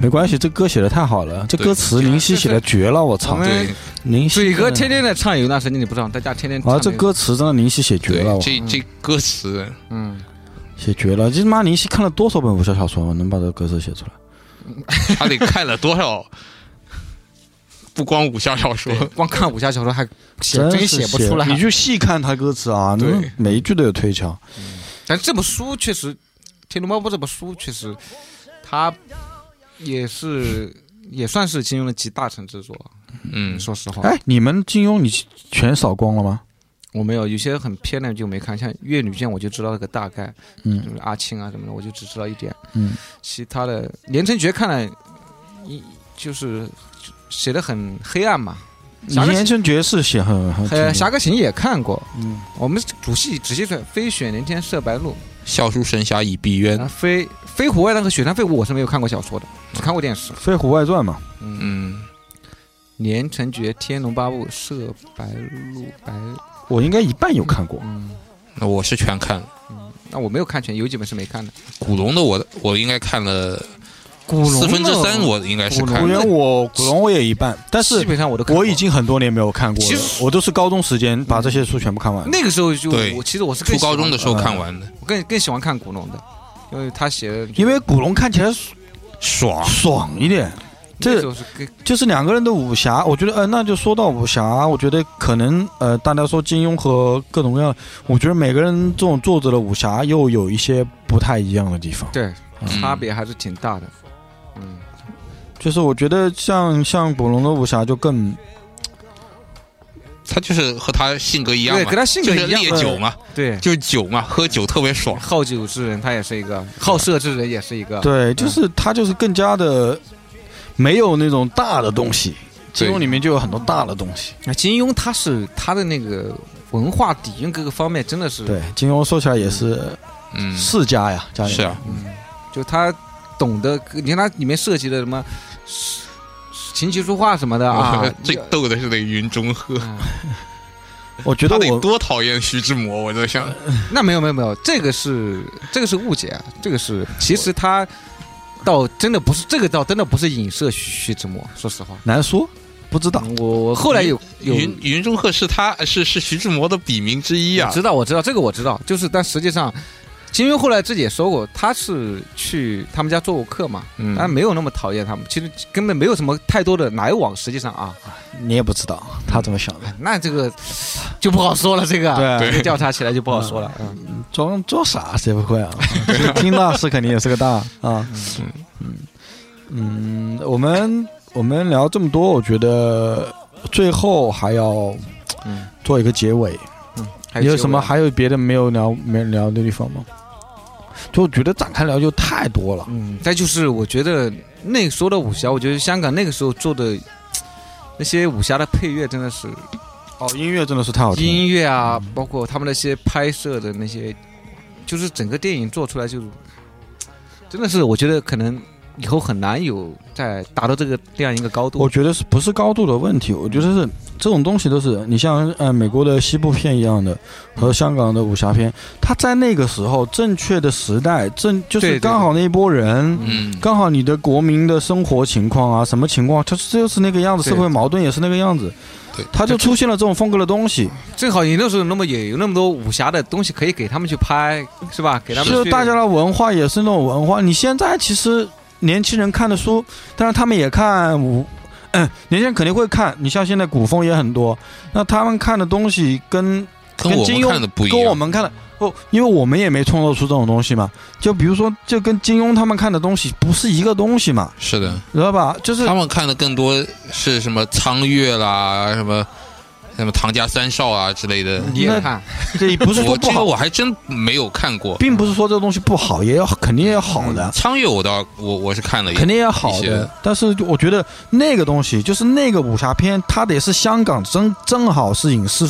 S1: 没关系，这歌写的太好了，这
S4: 对
S1: 歌词林夕写的绝了，我操
S2: 我！们
S4: 对
S1: 林夕
S2: 水哥
S1: 真的
S2: 天天在唱有一段时间，你不知道，在家天天唱
S1: 啊，
S2: 那
S1: 这
S2: 个
S1: 歌词真的林夕写绝
S4: 对
S1: 了，，我
S4: 这这歌词
S2: 嗯，
S1: 写绝了。这他妈林夕看了多少本武侠小说，能把这歌词写出来？
S4: 他得看了多少？不光武侠小说，
S2: 光看武侠小说还写 真
S1: 是
S2: 写不出来
S1: 你。就细看他歌词啊，
S4: 对
S1: 嗯每一句都有推敲。
S2: 但这本书确实，《天龙八部》这本书确实，它也是也算是金庸的集大成之作。
S4: 嗯，
S1: 哎
S2: 说实话，
S1: 哎，你们金庸你全扫光了吗？
S2: 我没有，有些很偏的就没看，像《越女剑》我就知道了个大概，
S1: 嗯
S2: 就是阿青啊什么的，我就只知道一点。
S1: 嗯，
S2: 其他的《连城诀》看了，一就是写的很黑暗嘛。
S1: 你
S2: 侠客
S1: 言承爵士写很很挺
S2: 呃，《侠
S1: 好
S2: 客行》也看过，
S1: 嗯，
S2: 我们主戏直接说“飞雪连天射白鹿
S4: 笑书神侠倚碧”，
S2: 然
S4: 鸳
S2: 后。啊飞飞狐外那个《雪山飞狐》，我是没有看过小说的，只看过电视。
S1: 《飞狐外传》嘛，
S4: 嗯，
S2: 连城诀、天龙八部、射白鹿、白，
S1: 我应该一半有看过。
S2: 嗯，
S4: 那我是全看了。
S2: 那我没有看全，有几本是没看的。
S4: 古龙的我我应该看了
S2: 古龙
S4: 四分之三，我应该是
S2: 古
S1: 古
S2: 龙
S4: 看了。
S1: 人我古龙我也一半，但
S2: 基
S1: 是
S2: 本上我都看过
S1: 我已经很多年没有看过
S2: 其
S1: 了
S2: 实，
S1: 我都是高中时间把这些书全部看完了。
S2: 那个时候就
S4: 对
S2: 我其实我是更
S4: 初
S2: 喜欢
S4: 高中的时候看完的，
S2: 我更更喜欢看古龙的，因为他写的
S1: 因为古龙看起来爽
S4: 爽。
S1: 爽一点，
S2: 那
S1: 这
S2: 时候是更
S1: 就是两个人的武侠，我觉得，呃，那就说到武侠，我觉得可能，呃，大家说金庸和各种各样，我觉得每个人这种作者的武侠又有一些不太一样的地方。
S2: 对
S4: 嗯
S2: 差别还是挺大的。嗯，
S1: 就是我觉得像像古龙的武侠就更
S4: 他就是和他性格一样嘛，
S2: 对跟他性
S4: 就
S2: 格
S4: 是
S2: 一样
S4: 烈酒嘛，
S2: 对，
S4: 就是酒嘛，喝酒特别爽。
S2: 好酒之人他也是一个，好色之人也是一个。
S1: 对，就是他就是更加的没有那种大的东西，金庸里面就有很多大的东西。
S2: 那金庸他是他的那个文化底蕴各个方面真的是，
S1: 对，金庸说起来也是
S4: 嗯，
S1: 世家呀，家里面
S4: 是啊，，
S2: 就他懂得，你看他里面涉及的什么琴棋书画什么的啊 嗯
S4: 最逗的是那云中鹤，
S1: 我觉得
S4: 他得
S1: 我
S4: 多讨厌徐志摩，我在想，
S2: 那没有没有没有，这个是这个是误解，啊这个是其实他倒真的不是这个倒真的不是影射徐徐志摩，说实话，
S1: 难说，不知道。
S2: 我我后来有有
S4: 云云中鹤是他是是徐志摩的笔名之一
S2: 我
S4: 啊
S2: 知。道我知道这个我知道，就是但实际上。金庸后来自己也说过，他是去他们家做过客嘛，
S4: 嗯
S2: 但没有那么讨厌他们，其实根本没有什么太多的来往。实际上啊，
S1: 你也不知道他怎么想的，
S2: 那这个就不好说了，这个
S1: 对啊
S2: 这个调查起来就不好说了。嗯，
S1: 装装傻谁不会 啊？这听大师肯定也是个大啊。嗯嗯，我们我们聊这么多，我觉得最后还要
S2: 嗯
S1: 做一个结尾。
S2: 还
S1: 你有
S2: 结
S1: 什
S2: 尾
S1: 么
S2: 啊
S1: 还有别的没有聊没聊的地方吗？就我觉得展开聊就太多了。
S2: 嗯，再就是我觉得那说到武侠，我觉得香港那个时候做的嗯那些武侠的配乐真的是
S1: 哦，音乐真的是太好听了。
S2: 音乐啊，包括他们那些拍摄的那些，就是整个电影做出来就是真的是我觉得可能以后很难有再达到这个这样一个高
S1: 我
S2: 度。
S1: 觉得是不是高度的问题？我觉得是这种东西都是你像呃美国的西部片一样的和香港的武侠片，它在那个时候正确的时代正就
S2: 对
S1: 是
S2: 对
S1: 刚好那一波人，
S4: 嗯，
S1: 刚好你的国民的生活情况啊什么情况，它就是那个样子，
S2: 对
S1: 社会矛盾也是那个样子
S4: 对，
S1: 它就出现了这种风格的东西，
S2: 正好也那时候那么也有那么多武侠的东西可以给他们去拍，是吧？给他们
S1: 就
S2: 去
S1: 大家的文化也是那种文化。你现在其实年轻人看的书，但是他们也看武， 嗯，年轻人肯定会看。你像现在古风也很多，那他们看的东西跟
S4: 跟我
S1: 金
S4: 们
S1: 庸
S4: 看的不一
S1: 跟我
S4: 样。
S1: 们看的哦，因为我们也没创作出这种东西嘛。就比如说，就跟金庸他们看的东西不是一个东西嘛，
S4: 是的，
S1: 知道吧？就是
S4: 他们看的更多是什么苍月啦，什么什么唐家三少啊之类的。
S2: 你也看，
S1: 这不是说
S4: 我
S1: 不
S4: 这个
S1: 好，
S4: 我还真没有看过。
S1: 并不是说这个东西不好，也要肯定也有好的。
S4: 苍月我倒我我是看了一，
S1: 肯定也好
S4: 一些
S1: 的，但是我觉得那个东西就是那个武侠片，它得是香港正正好是影视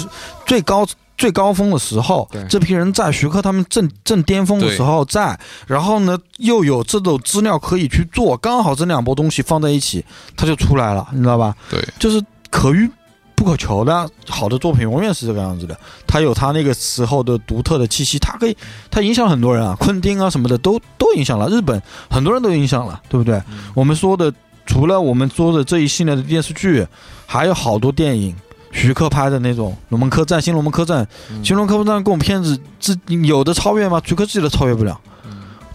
S1: 最高最高峰的时候
S2: 对，
S1: 这批人在徐克他们正正巅峰的时候在，然后呢又有这种资料可以去做，刚好这两波东西放在一起，它就出来了，你知道吧？
S4: 对，
S1: 就是可遇不可求的好的作品永远是这个样子的，它有它那个时候的独特的气息，它可以它影响很多人啊，昆汀啊什么的都都影响了，日本很多人都影响了，对不对？我们说的除了我们说的这一系列的电视剧，还有好多电影。徐克拍的那种《龙门客栈》《新龙门客栈》《新龙门客栈》各种片子，自有的超越吗？徐克自己都超越不了，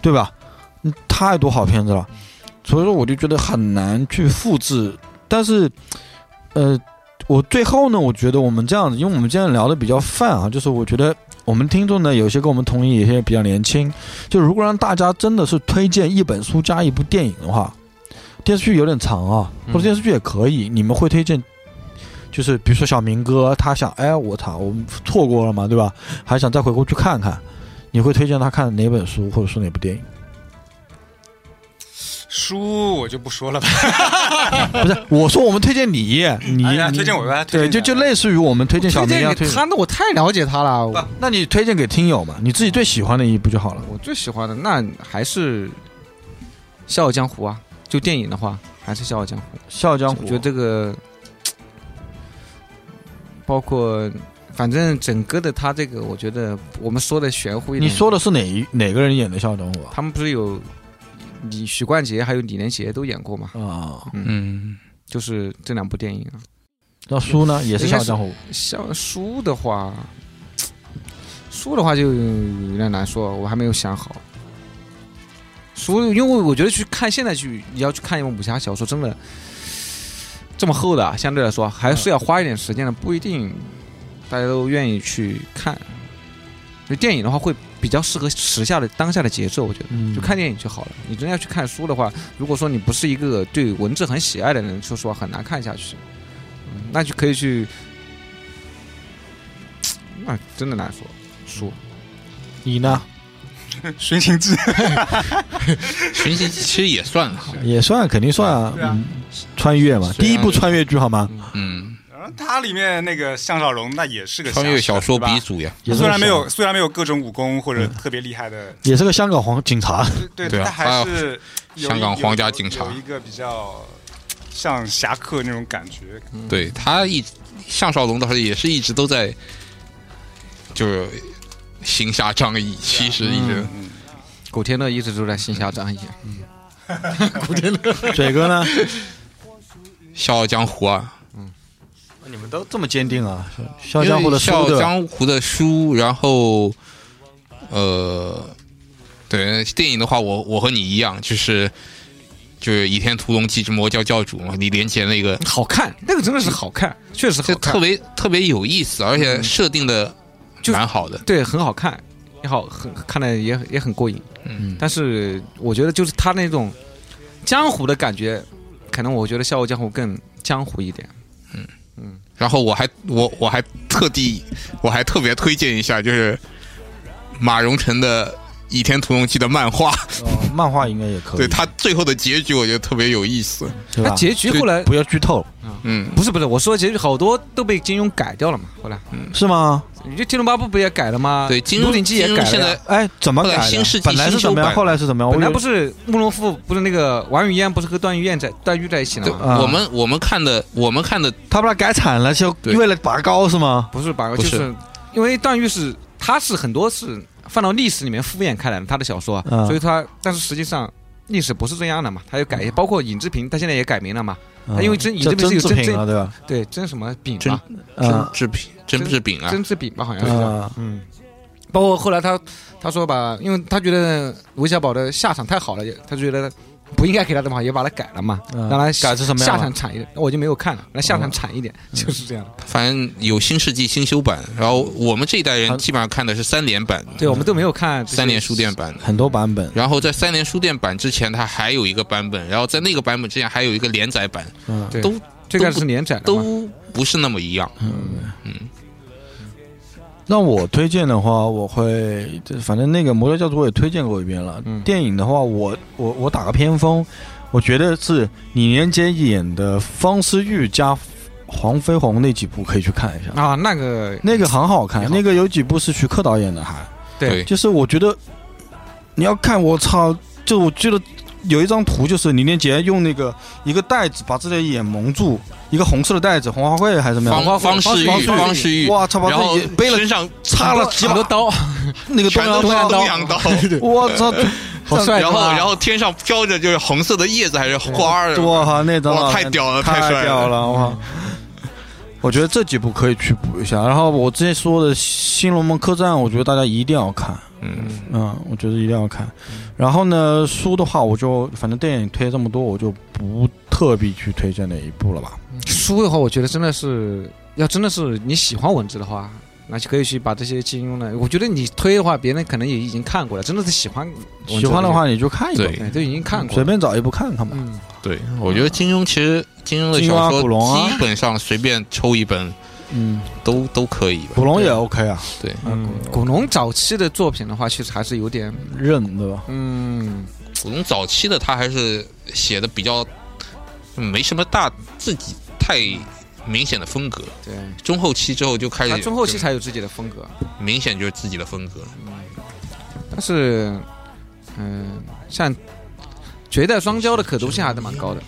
S1: 对吧？嗯太多好片子了，所以说我就觉得很难去复制。但是，呃，我最后呢，我觉得我们这样子，因为我们今天聊的比较泛啊，就是我觉得我们听众呢，有些跟我们同意，有些比较年轻。就如果让大家真的是推荐一本书加一部电影的话，电视剧有点长啊，或者电视剧也可以，你们会推荐就是比如说小明哥，他想，哎，我操，我们错过了嘛，对吧？还想再回过去看看，你会推荐他看哪本书或者说哪部电影？
S3: 书我就不说了吧，
S1: 不是，我说我们推荐你，你、
S3: 哎呀
S1: 你
S3: 推荐我吧推
S1: 对，
S3: 荐
S1: 就
S3: 你啊
S1: 就类似于我们推荐小
S2: 推
S1: 明一
S2: 荐
S1: 样
S2: 给
S1: 推
S2: 他，那我太了解他了。我
S1: 不，那你推荐给听友嘛，你自己最喜欢的一部就好了。
S2: 我最喜欢的那还是《笑傲江湖》啊，就电影的话，还是《笑傲江湖》。
S1: 《笑傲江湖
S2: 我》觉得这个，包括反正整个的他这个，我觉得我们说的玄乎一
S1: 你
S2: 点。
S1: 说的是哪一哪个人演的《笑傲江湖》啊？
S2: 他们不是有李许冠杰还有李连杰都演过嘛？
S1: 啊，
S4: 嗯，
S2: 就是这两部电影啊。
S1: 那书呢也是《笑傲江湖》
S2: 像书的话，书的话就有点难说，我还没有想好。书，因为我觉得去看现在去，你要去看一本武侠小说，真的这么厚的啊，相对来说还是要花一点时间的，不一定大家都愿意去看。就电影的话，会比较适合时下的当下的节奏，我觉得。
S1: 嗯，
S2: 就看电影就好了。你真的要去看书的话，如果说你不是一个对文字很喜爱的人，说实话很难看下去。嗯那就可以去，那真的难说。书
S4: 嗯
S1: 你呢
S3: 《寻秦 记》
S4: 寻秦记其实也算了，
S1: 也算肯定算啊，嗯穿越嘛，
S4: 虽然
S1: 第一部穿越剧好吗？
S4: 嗯，
S3: 呃它里面那个项少龙那也是个
S4: 穿越
S3: 侠
S4: 嗯小说
S3: 对吧
S4: 鼻祖呀，
S1: 也是
S3: 虽
S1: 个
S3: 然没
S1: 小
S3: 有虽然没有各种武功或者特别厉害的，
S1: 也是个香港皇警察，
S3: 对，
S4: 嗯对啊
S3: 但还是有
S4: 香港
S3: 有
S4: 皇家
S3: 有
S4: 警察
S3: 有一个比较像侠客那种感觉，
S4: 对他一项少龙倒是也是一直都在，就是行侠仗义，其实一
S1: 嗯
S4: 直
S2: 古天乐一直都在行侠仗义，
S1: 嘴哥呢？
S4: 笑傲江湖啊，
S1: 你们都这么坚定啊？《笑傲
S4: 因
S1: 江湖》
S4: 为
S1: 的
S4: 《笑
S1: 书
S4: 傲
S1: 对吧？
S4: 江湖》的书，然后，呃，对电影的话，我我和你一样，就是就是《倚天屠龙记之魔教教主》嘛，李连杰
S1: 嗯
S4: 那个，
S2: 嗯好看，那个真的是好看，确实好
S4: 就
S2: 看
S4: 特，别特别有意思，而
S1: 嗯
S4: 且设定的
S2: 就
S4: 蛮好的。
S2: 对，很好看，也好，很看的也也很过瘾。
S4: 嗯，
S2: 但是我觉得就是他那种江湖的感觉，可能我觉得《笑傲江湖》更江湖一点。
S4: 然后我还我我还特地我还特别推荐一下，就是马荣成的《倚天屠龙记》的漫画，
S1: 哦漫画应该也可以，
S4: 对他最后的结局，我觉得特别有意思。
S1: 对
S2: 他
S1: 吧？
S2: 结局后来
S1: 啊不要剧透，
S4: 嗯，
S2: 不是不是，我说结局好多都被金庸改掉了嘛。后来，
S4: 嗯
S1: 是吗？
S2: 你这《天龙八部》不也改了吗？
S4: 对，金
S2: 鹿
S4: 庸
S2: 鼎记》也
S4: 金
S2: 改
S4: 庸
S2: 了
S4: 现
S2: 呀。
S4: 在
S1: 哎，怎么
S4: 后来
S1: 改的？
S4: 新世纪
S1: 本来是
S4: 新修
S1: 怎么样？
S4: 版
S1: 后来是怎么样？
S2: 本来
S1: 我以为
S2: 不是慕容复，不是那个王语嫣，不是和段誉嫣在段誉在一起了
S4: 对，
S2: 吗？
S1: 啊
S4: 我们我们看的我们看的
S1: 他把它改惨了，就
S4: 对
S1: 为了拔高是吗？
S2: 不是吧？
S4: 不
S2: 就是是因为段誉是他是很多是放到历史里面敷衍开来的，他的小说啊，
S1: 嗯
S2: 所以他但是实际上历史不是这样的嘛，他又改一些，包括尹志平，他现在也改名了嘛。
S4: 啊
S1: 嗯
S2: 因为真你
S1: 叫
S2: 这
S1: 甄
S2: 边是有
S1: 志
S2: 真
S1: 平
S2: 真
S1: 了，对吧？
S2: 对，真什么炳
S4: 真啊
S2: 吧，
S4: 甄
S1: 嗯
S4: 志平，甄志炳啊，
S2: 甄志炳吧，好像是。
S1: 嗯，
S2: 嗯，包括后来他他说吧，因为他觉得韦小宝的下场太好了，也他觉得不应该给他这么好，也把他改了嘛，
S1: 嗯
S2: 让他
S1: 改成什么样
S2: 下
S1: 了
S2: 场惨一点，我就没有看了，让他下场惨一点，就是这样的。
S4: 反正有新世纪新修版，然后我们这一代人基本上看的是三连版，
S2: 对，我们都没有看这些
S4: 三联书店版的。
S1: 很多版本，
S4: 然后在三联书店版之前，它还有一个版本，然后在那个版本之前还有一个连载版，
S1: 嗯，
S2: 对
S4: 都
S2: 最开始是连载的嘛，
S4: 都不是那么一样。
S1: 那我推荐的话，我会，这反正那个《魔教教主》我也推荐过一遍了。
S2: 嗯
S1: 电影的话，我我我打个偏锋，我觉得是李连杰演的方世玉加黄飞鸿那几部可以去看一下，
S2: 啊，那个
S1: 那个很好看
S2: 也。好
S1: 那个有几部是徐克导演的，还
S2: 对
S4: 对
S1: 就是我觉得你要看，我操，就我记得有一张图，就是李连杰用那个一个袋子把自己的眼蒙住，一个红色的袋子，红花会还是什么样
S4: 方
S1: 的？
S4: 方世玉，方世玉，
S1: 哇操，把
S4: 然后
S1: 自己背了
S4: 身上
S1: 插了几
S2: 很
S1: 把
S2: 多刀，
S1: 那个东
S4: 全
S1: 阳
S4: 都是
S1: 刀，
S4: 东阳 刀，
S1: 我操，
S2: 好帅
S4: 然后
S2: 啊
S4: 然后天上飘着就是红色的叶子还是花儿，
S1: 我靠，那张
S4: 哇太屌了
S1: 太
S4: 太帅了
S1: 屌了，我靠。我觉得这几部可以去补一下，然后我之前说的《新龙门客栈》，我觉得大家一定要看，
S4: 嗯，
S1: 嗯，我觉得一定要看。然后呢，书的话，我就反正电影推这么多，我就不特别去推荐哪一部了吧。
S2: 书的话，我觉得真的是要真的是你喜欢文字的话，那就可以去把这些金庸的，我觉得你推的话，别人可能也已经看过了，真的是喜欢文字
S1: 喜欢的话你就看一部，
S4: 对
S2: 对，都已经看过了，
S1: 随便找一部看看吧。
S2: 嗯，
S4: 对，我觉得金庸其实金庸的
S1: 金庸
S4: 小
S1: 啊古
S4: 说
S1: 龙啊
S4: 基本上随便抽一本
S1: 嗯，
S4: 都都可以吧。
S1: 古龙也 OK 啊，
S4: 对，
S1: 嗯，
S2: 古龙早期的作品的话，确实还是有点，
S1: 认对吧？
S2: 嗯，
S4: 古龙早期的他还是写的比较没什么大自己太明显的风格，
S2: 对，
S4: 中后期之后就开
S2: 他
S4: 始
S2: 啊中后期
S4: 就
S2: 才有自己的风格，
S4: 明显就是自己的风格了。
S2: 但是，嗯，像《绝代双骄》的可读性还是蛮高的，《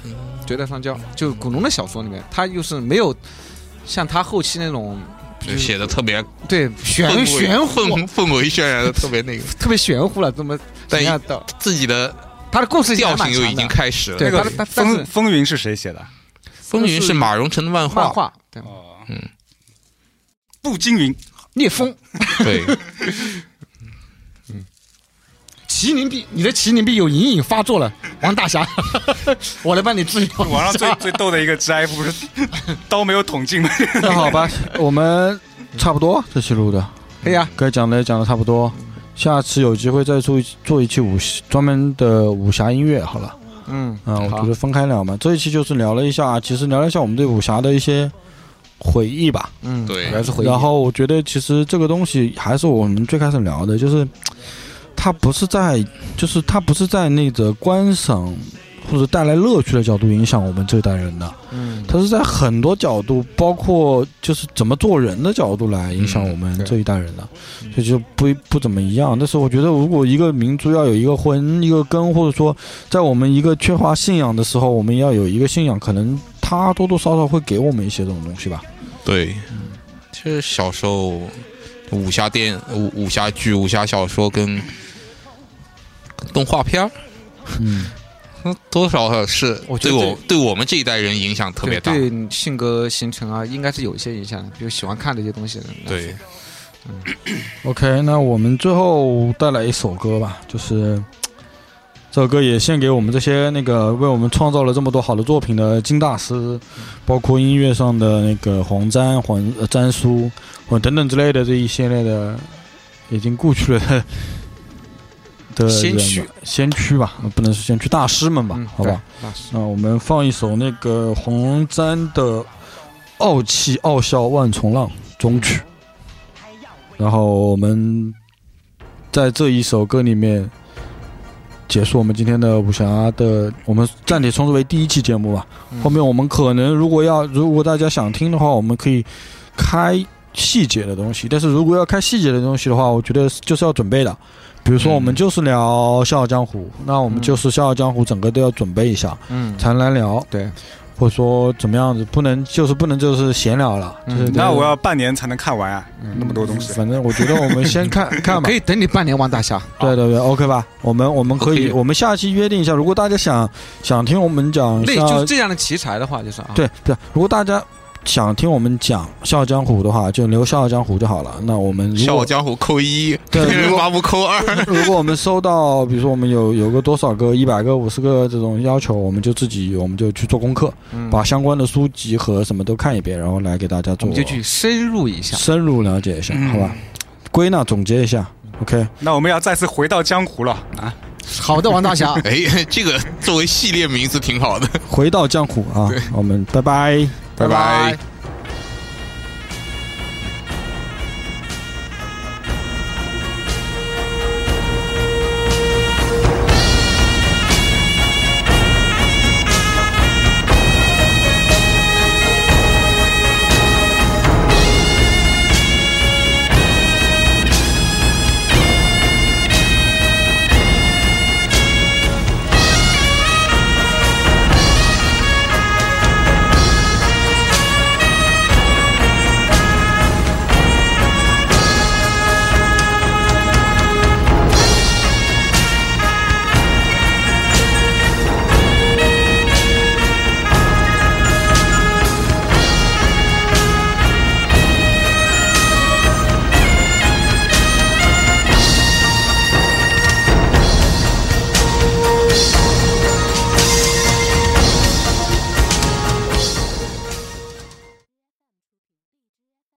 S2: 绝代双骄》就古龙的小说里面，他又是没有像他后期那种
S4: 就写的特别
S2: 对
S4: 氛
S2: 玄
S4: 围
S2: 玄乎，
S4: 氛氛围渲染的特别那个，
S2: 特别玄乎了，这么
S4: 但
S2: 怎样到
S4: 自己的
S2: 他的故事性还
S4: 调
S2: 蛮
S4: 性又已
S2: 强
S4: 经
S2: 的，
S4: 开始了。
S2: 对，
S3: 那
S2: 他
S3: 个
S2: 的他但
S3: 风
S2: 是
S3: 风云是谁写的？
S4: 风云是马荣成的漫
S2: 漫
S4: 画，
S2: 画对
S3: 哦，
S4: 嗯，
S3: 步惊云，
S2: 聂
S4: 哦
S2: 风
S4: 对，
S2: 麒麟臂，你的麒麟臂有隐隐发作了，王 大侠，我来帮你治疗。
S3: 网上最最逗的一个 GIF 不是 刀没有捅进吗？
S1: 那好吧，我们差不多这期录的，
S2: 可以啊，
S1: 该讲的也讲的差不多，下次有机会再做一做一期武专门的武侠音乐好了。
S2: 嗯
S1: 啊，我
S2: 好
S1: 觉得分开聊嘛。这一期就是聊了一下，啊其实聊了一下我们对武侠的一些回忆吧。
S2: 嗯，
S4: 对
S2: 主要是回忆。
S1: 然后我觉得其实这个东西还是我们最开始聊的，就是它不是在，就是它不是在那个观赏或者带来乐趣的角度影响我们这代人的，
S2: 嗯，
S1: 它是在很多角度，包括就是怎么做人的角度来影响我们这一代人的，所以就不不怎么一样。但是我觉得，如果一个民族要有一个魂、一个根，或者说在我们一个缺乏信仰的时候，我们要有一个信仰，可能它多多少少会给我们一些这种东西吧。
S4: 对，
S1: 嗯
S4: 其实小时候武侠电武武侠剧、武侠小说跟跟动画片儿
S1: 嗯。
S4: 嗯 多少是
S2: 我觉
S4: 对
S2: 得
S4: 我对我们这一代人影响特别大。嗯
S2: 对你性格形成啊，应该是有一些影响的，比如喜欢看这些东西的。
S4: 对，
S1: OK，那我们最后带来一首歌吧，就是这首歌也献给我们这些那个为我们创造了这么多好的作品的金大师，包括音乐上的那个黄沾、黄呃詹叔或等等之类的这一系列的已经故去了的的
S2: 先
S1: 人吧
S2: 驱
S1: 先驱吧，呃不能说先驱大师们吧，
S2: 嗯，
S1: 好吧。
S2: 对，那是
S1: 那我们放一首那个黄沾的《傲气傲笑万重浪》中曲，然后我们在这一首歌里面结束我们今天的武侠的，我们暂且称之为第一期节目吧。后面我们可能如果要，如果大家想听的话，我们可以开细节的东西，但是如果要开细节的东西的话，我觉得就是要准备的。比如说，我们
S4: 嗯
S1: 就是聊《笑傲江湖》，那我们
S2: 嗯
S1: 就是《笑傲江湖》整个都要准备一下，
S2: 嗯，
S1: 才能来聊，
S2: 对，
S1: 或者说怎么样子，不能就是不能就是闲聊了，就
S2: 嗯
S1: 是
S3: 那我要半年才能看完啊，
S4: 嗯
S3: 那么多东西。
S1: 嗯反正我觉得我们 先看看吧
S2: 可，以等你半年，王大侠。
S1: 对对对，OK 吧？我们我们可以，
S4: OK
S1: 我们下期约定一下，如果大家想想听我们讲
S2: 那
S1: 像
S2: 就是这样的奇才的话，就是啊，
S1: 对对，如果大家想听我们讲《笑傲江湖》的话，就留《笑傲江湖》就好了。那我们
S4: 《
S1: 如
S4: 笑傲
S1: 果
S4: 江湖》扣一，
S1: 对
S4: 黑
S1: 如
S4: 人
S1: 果
S4: 八部扣二，，
S1: 如果我们收到，比如说我们有有个多少个、一百个、五十个这种要求，我们就自己我们就去做功课，
S2: 嗯
S1: 把相关的书籍和什么都看一遍，然后来给大家
S2: 我
S1: 做
S2: 们就去深入一下。
S1: 深入了解一下，好吧？归纳总结一下，OK。
S3: 那我们要再次回到江湖了啊！
S2: 好的，王大侠
S4: 哎， 这个作为系列名字挺好的。
S1: 回到江湖啊，我们拜拜。
S4: 拜拜
S2: 拜。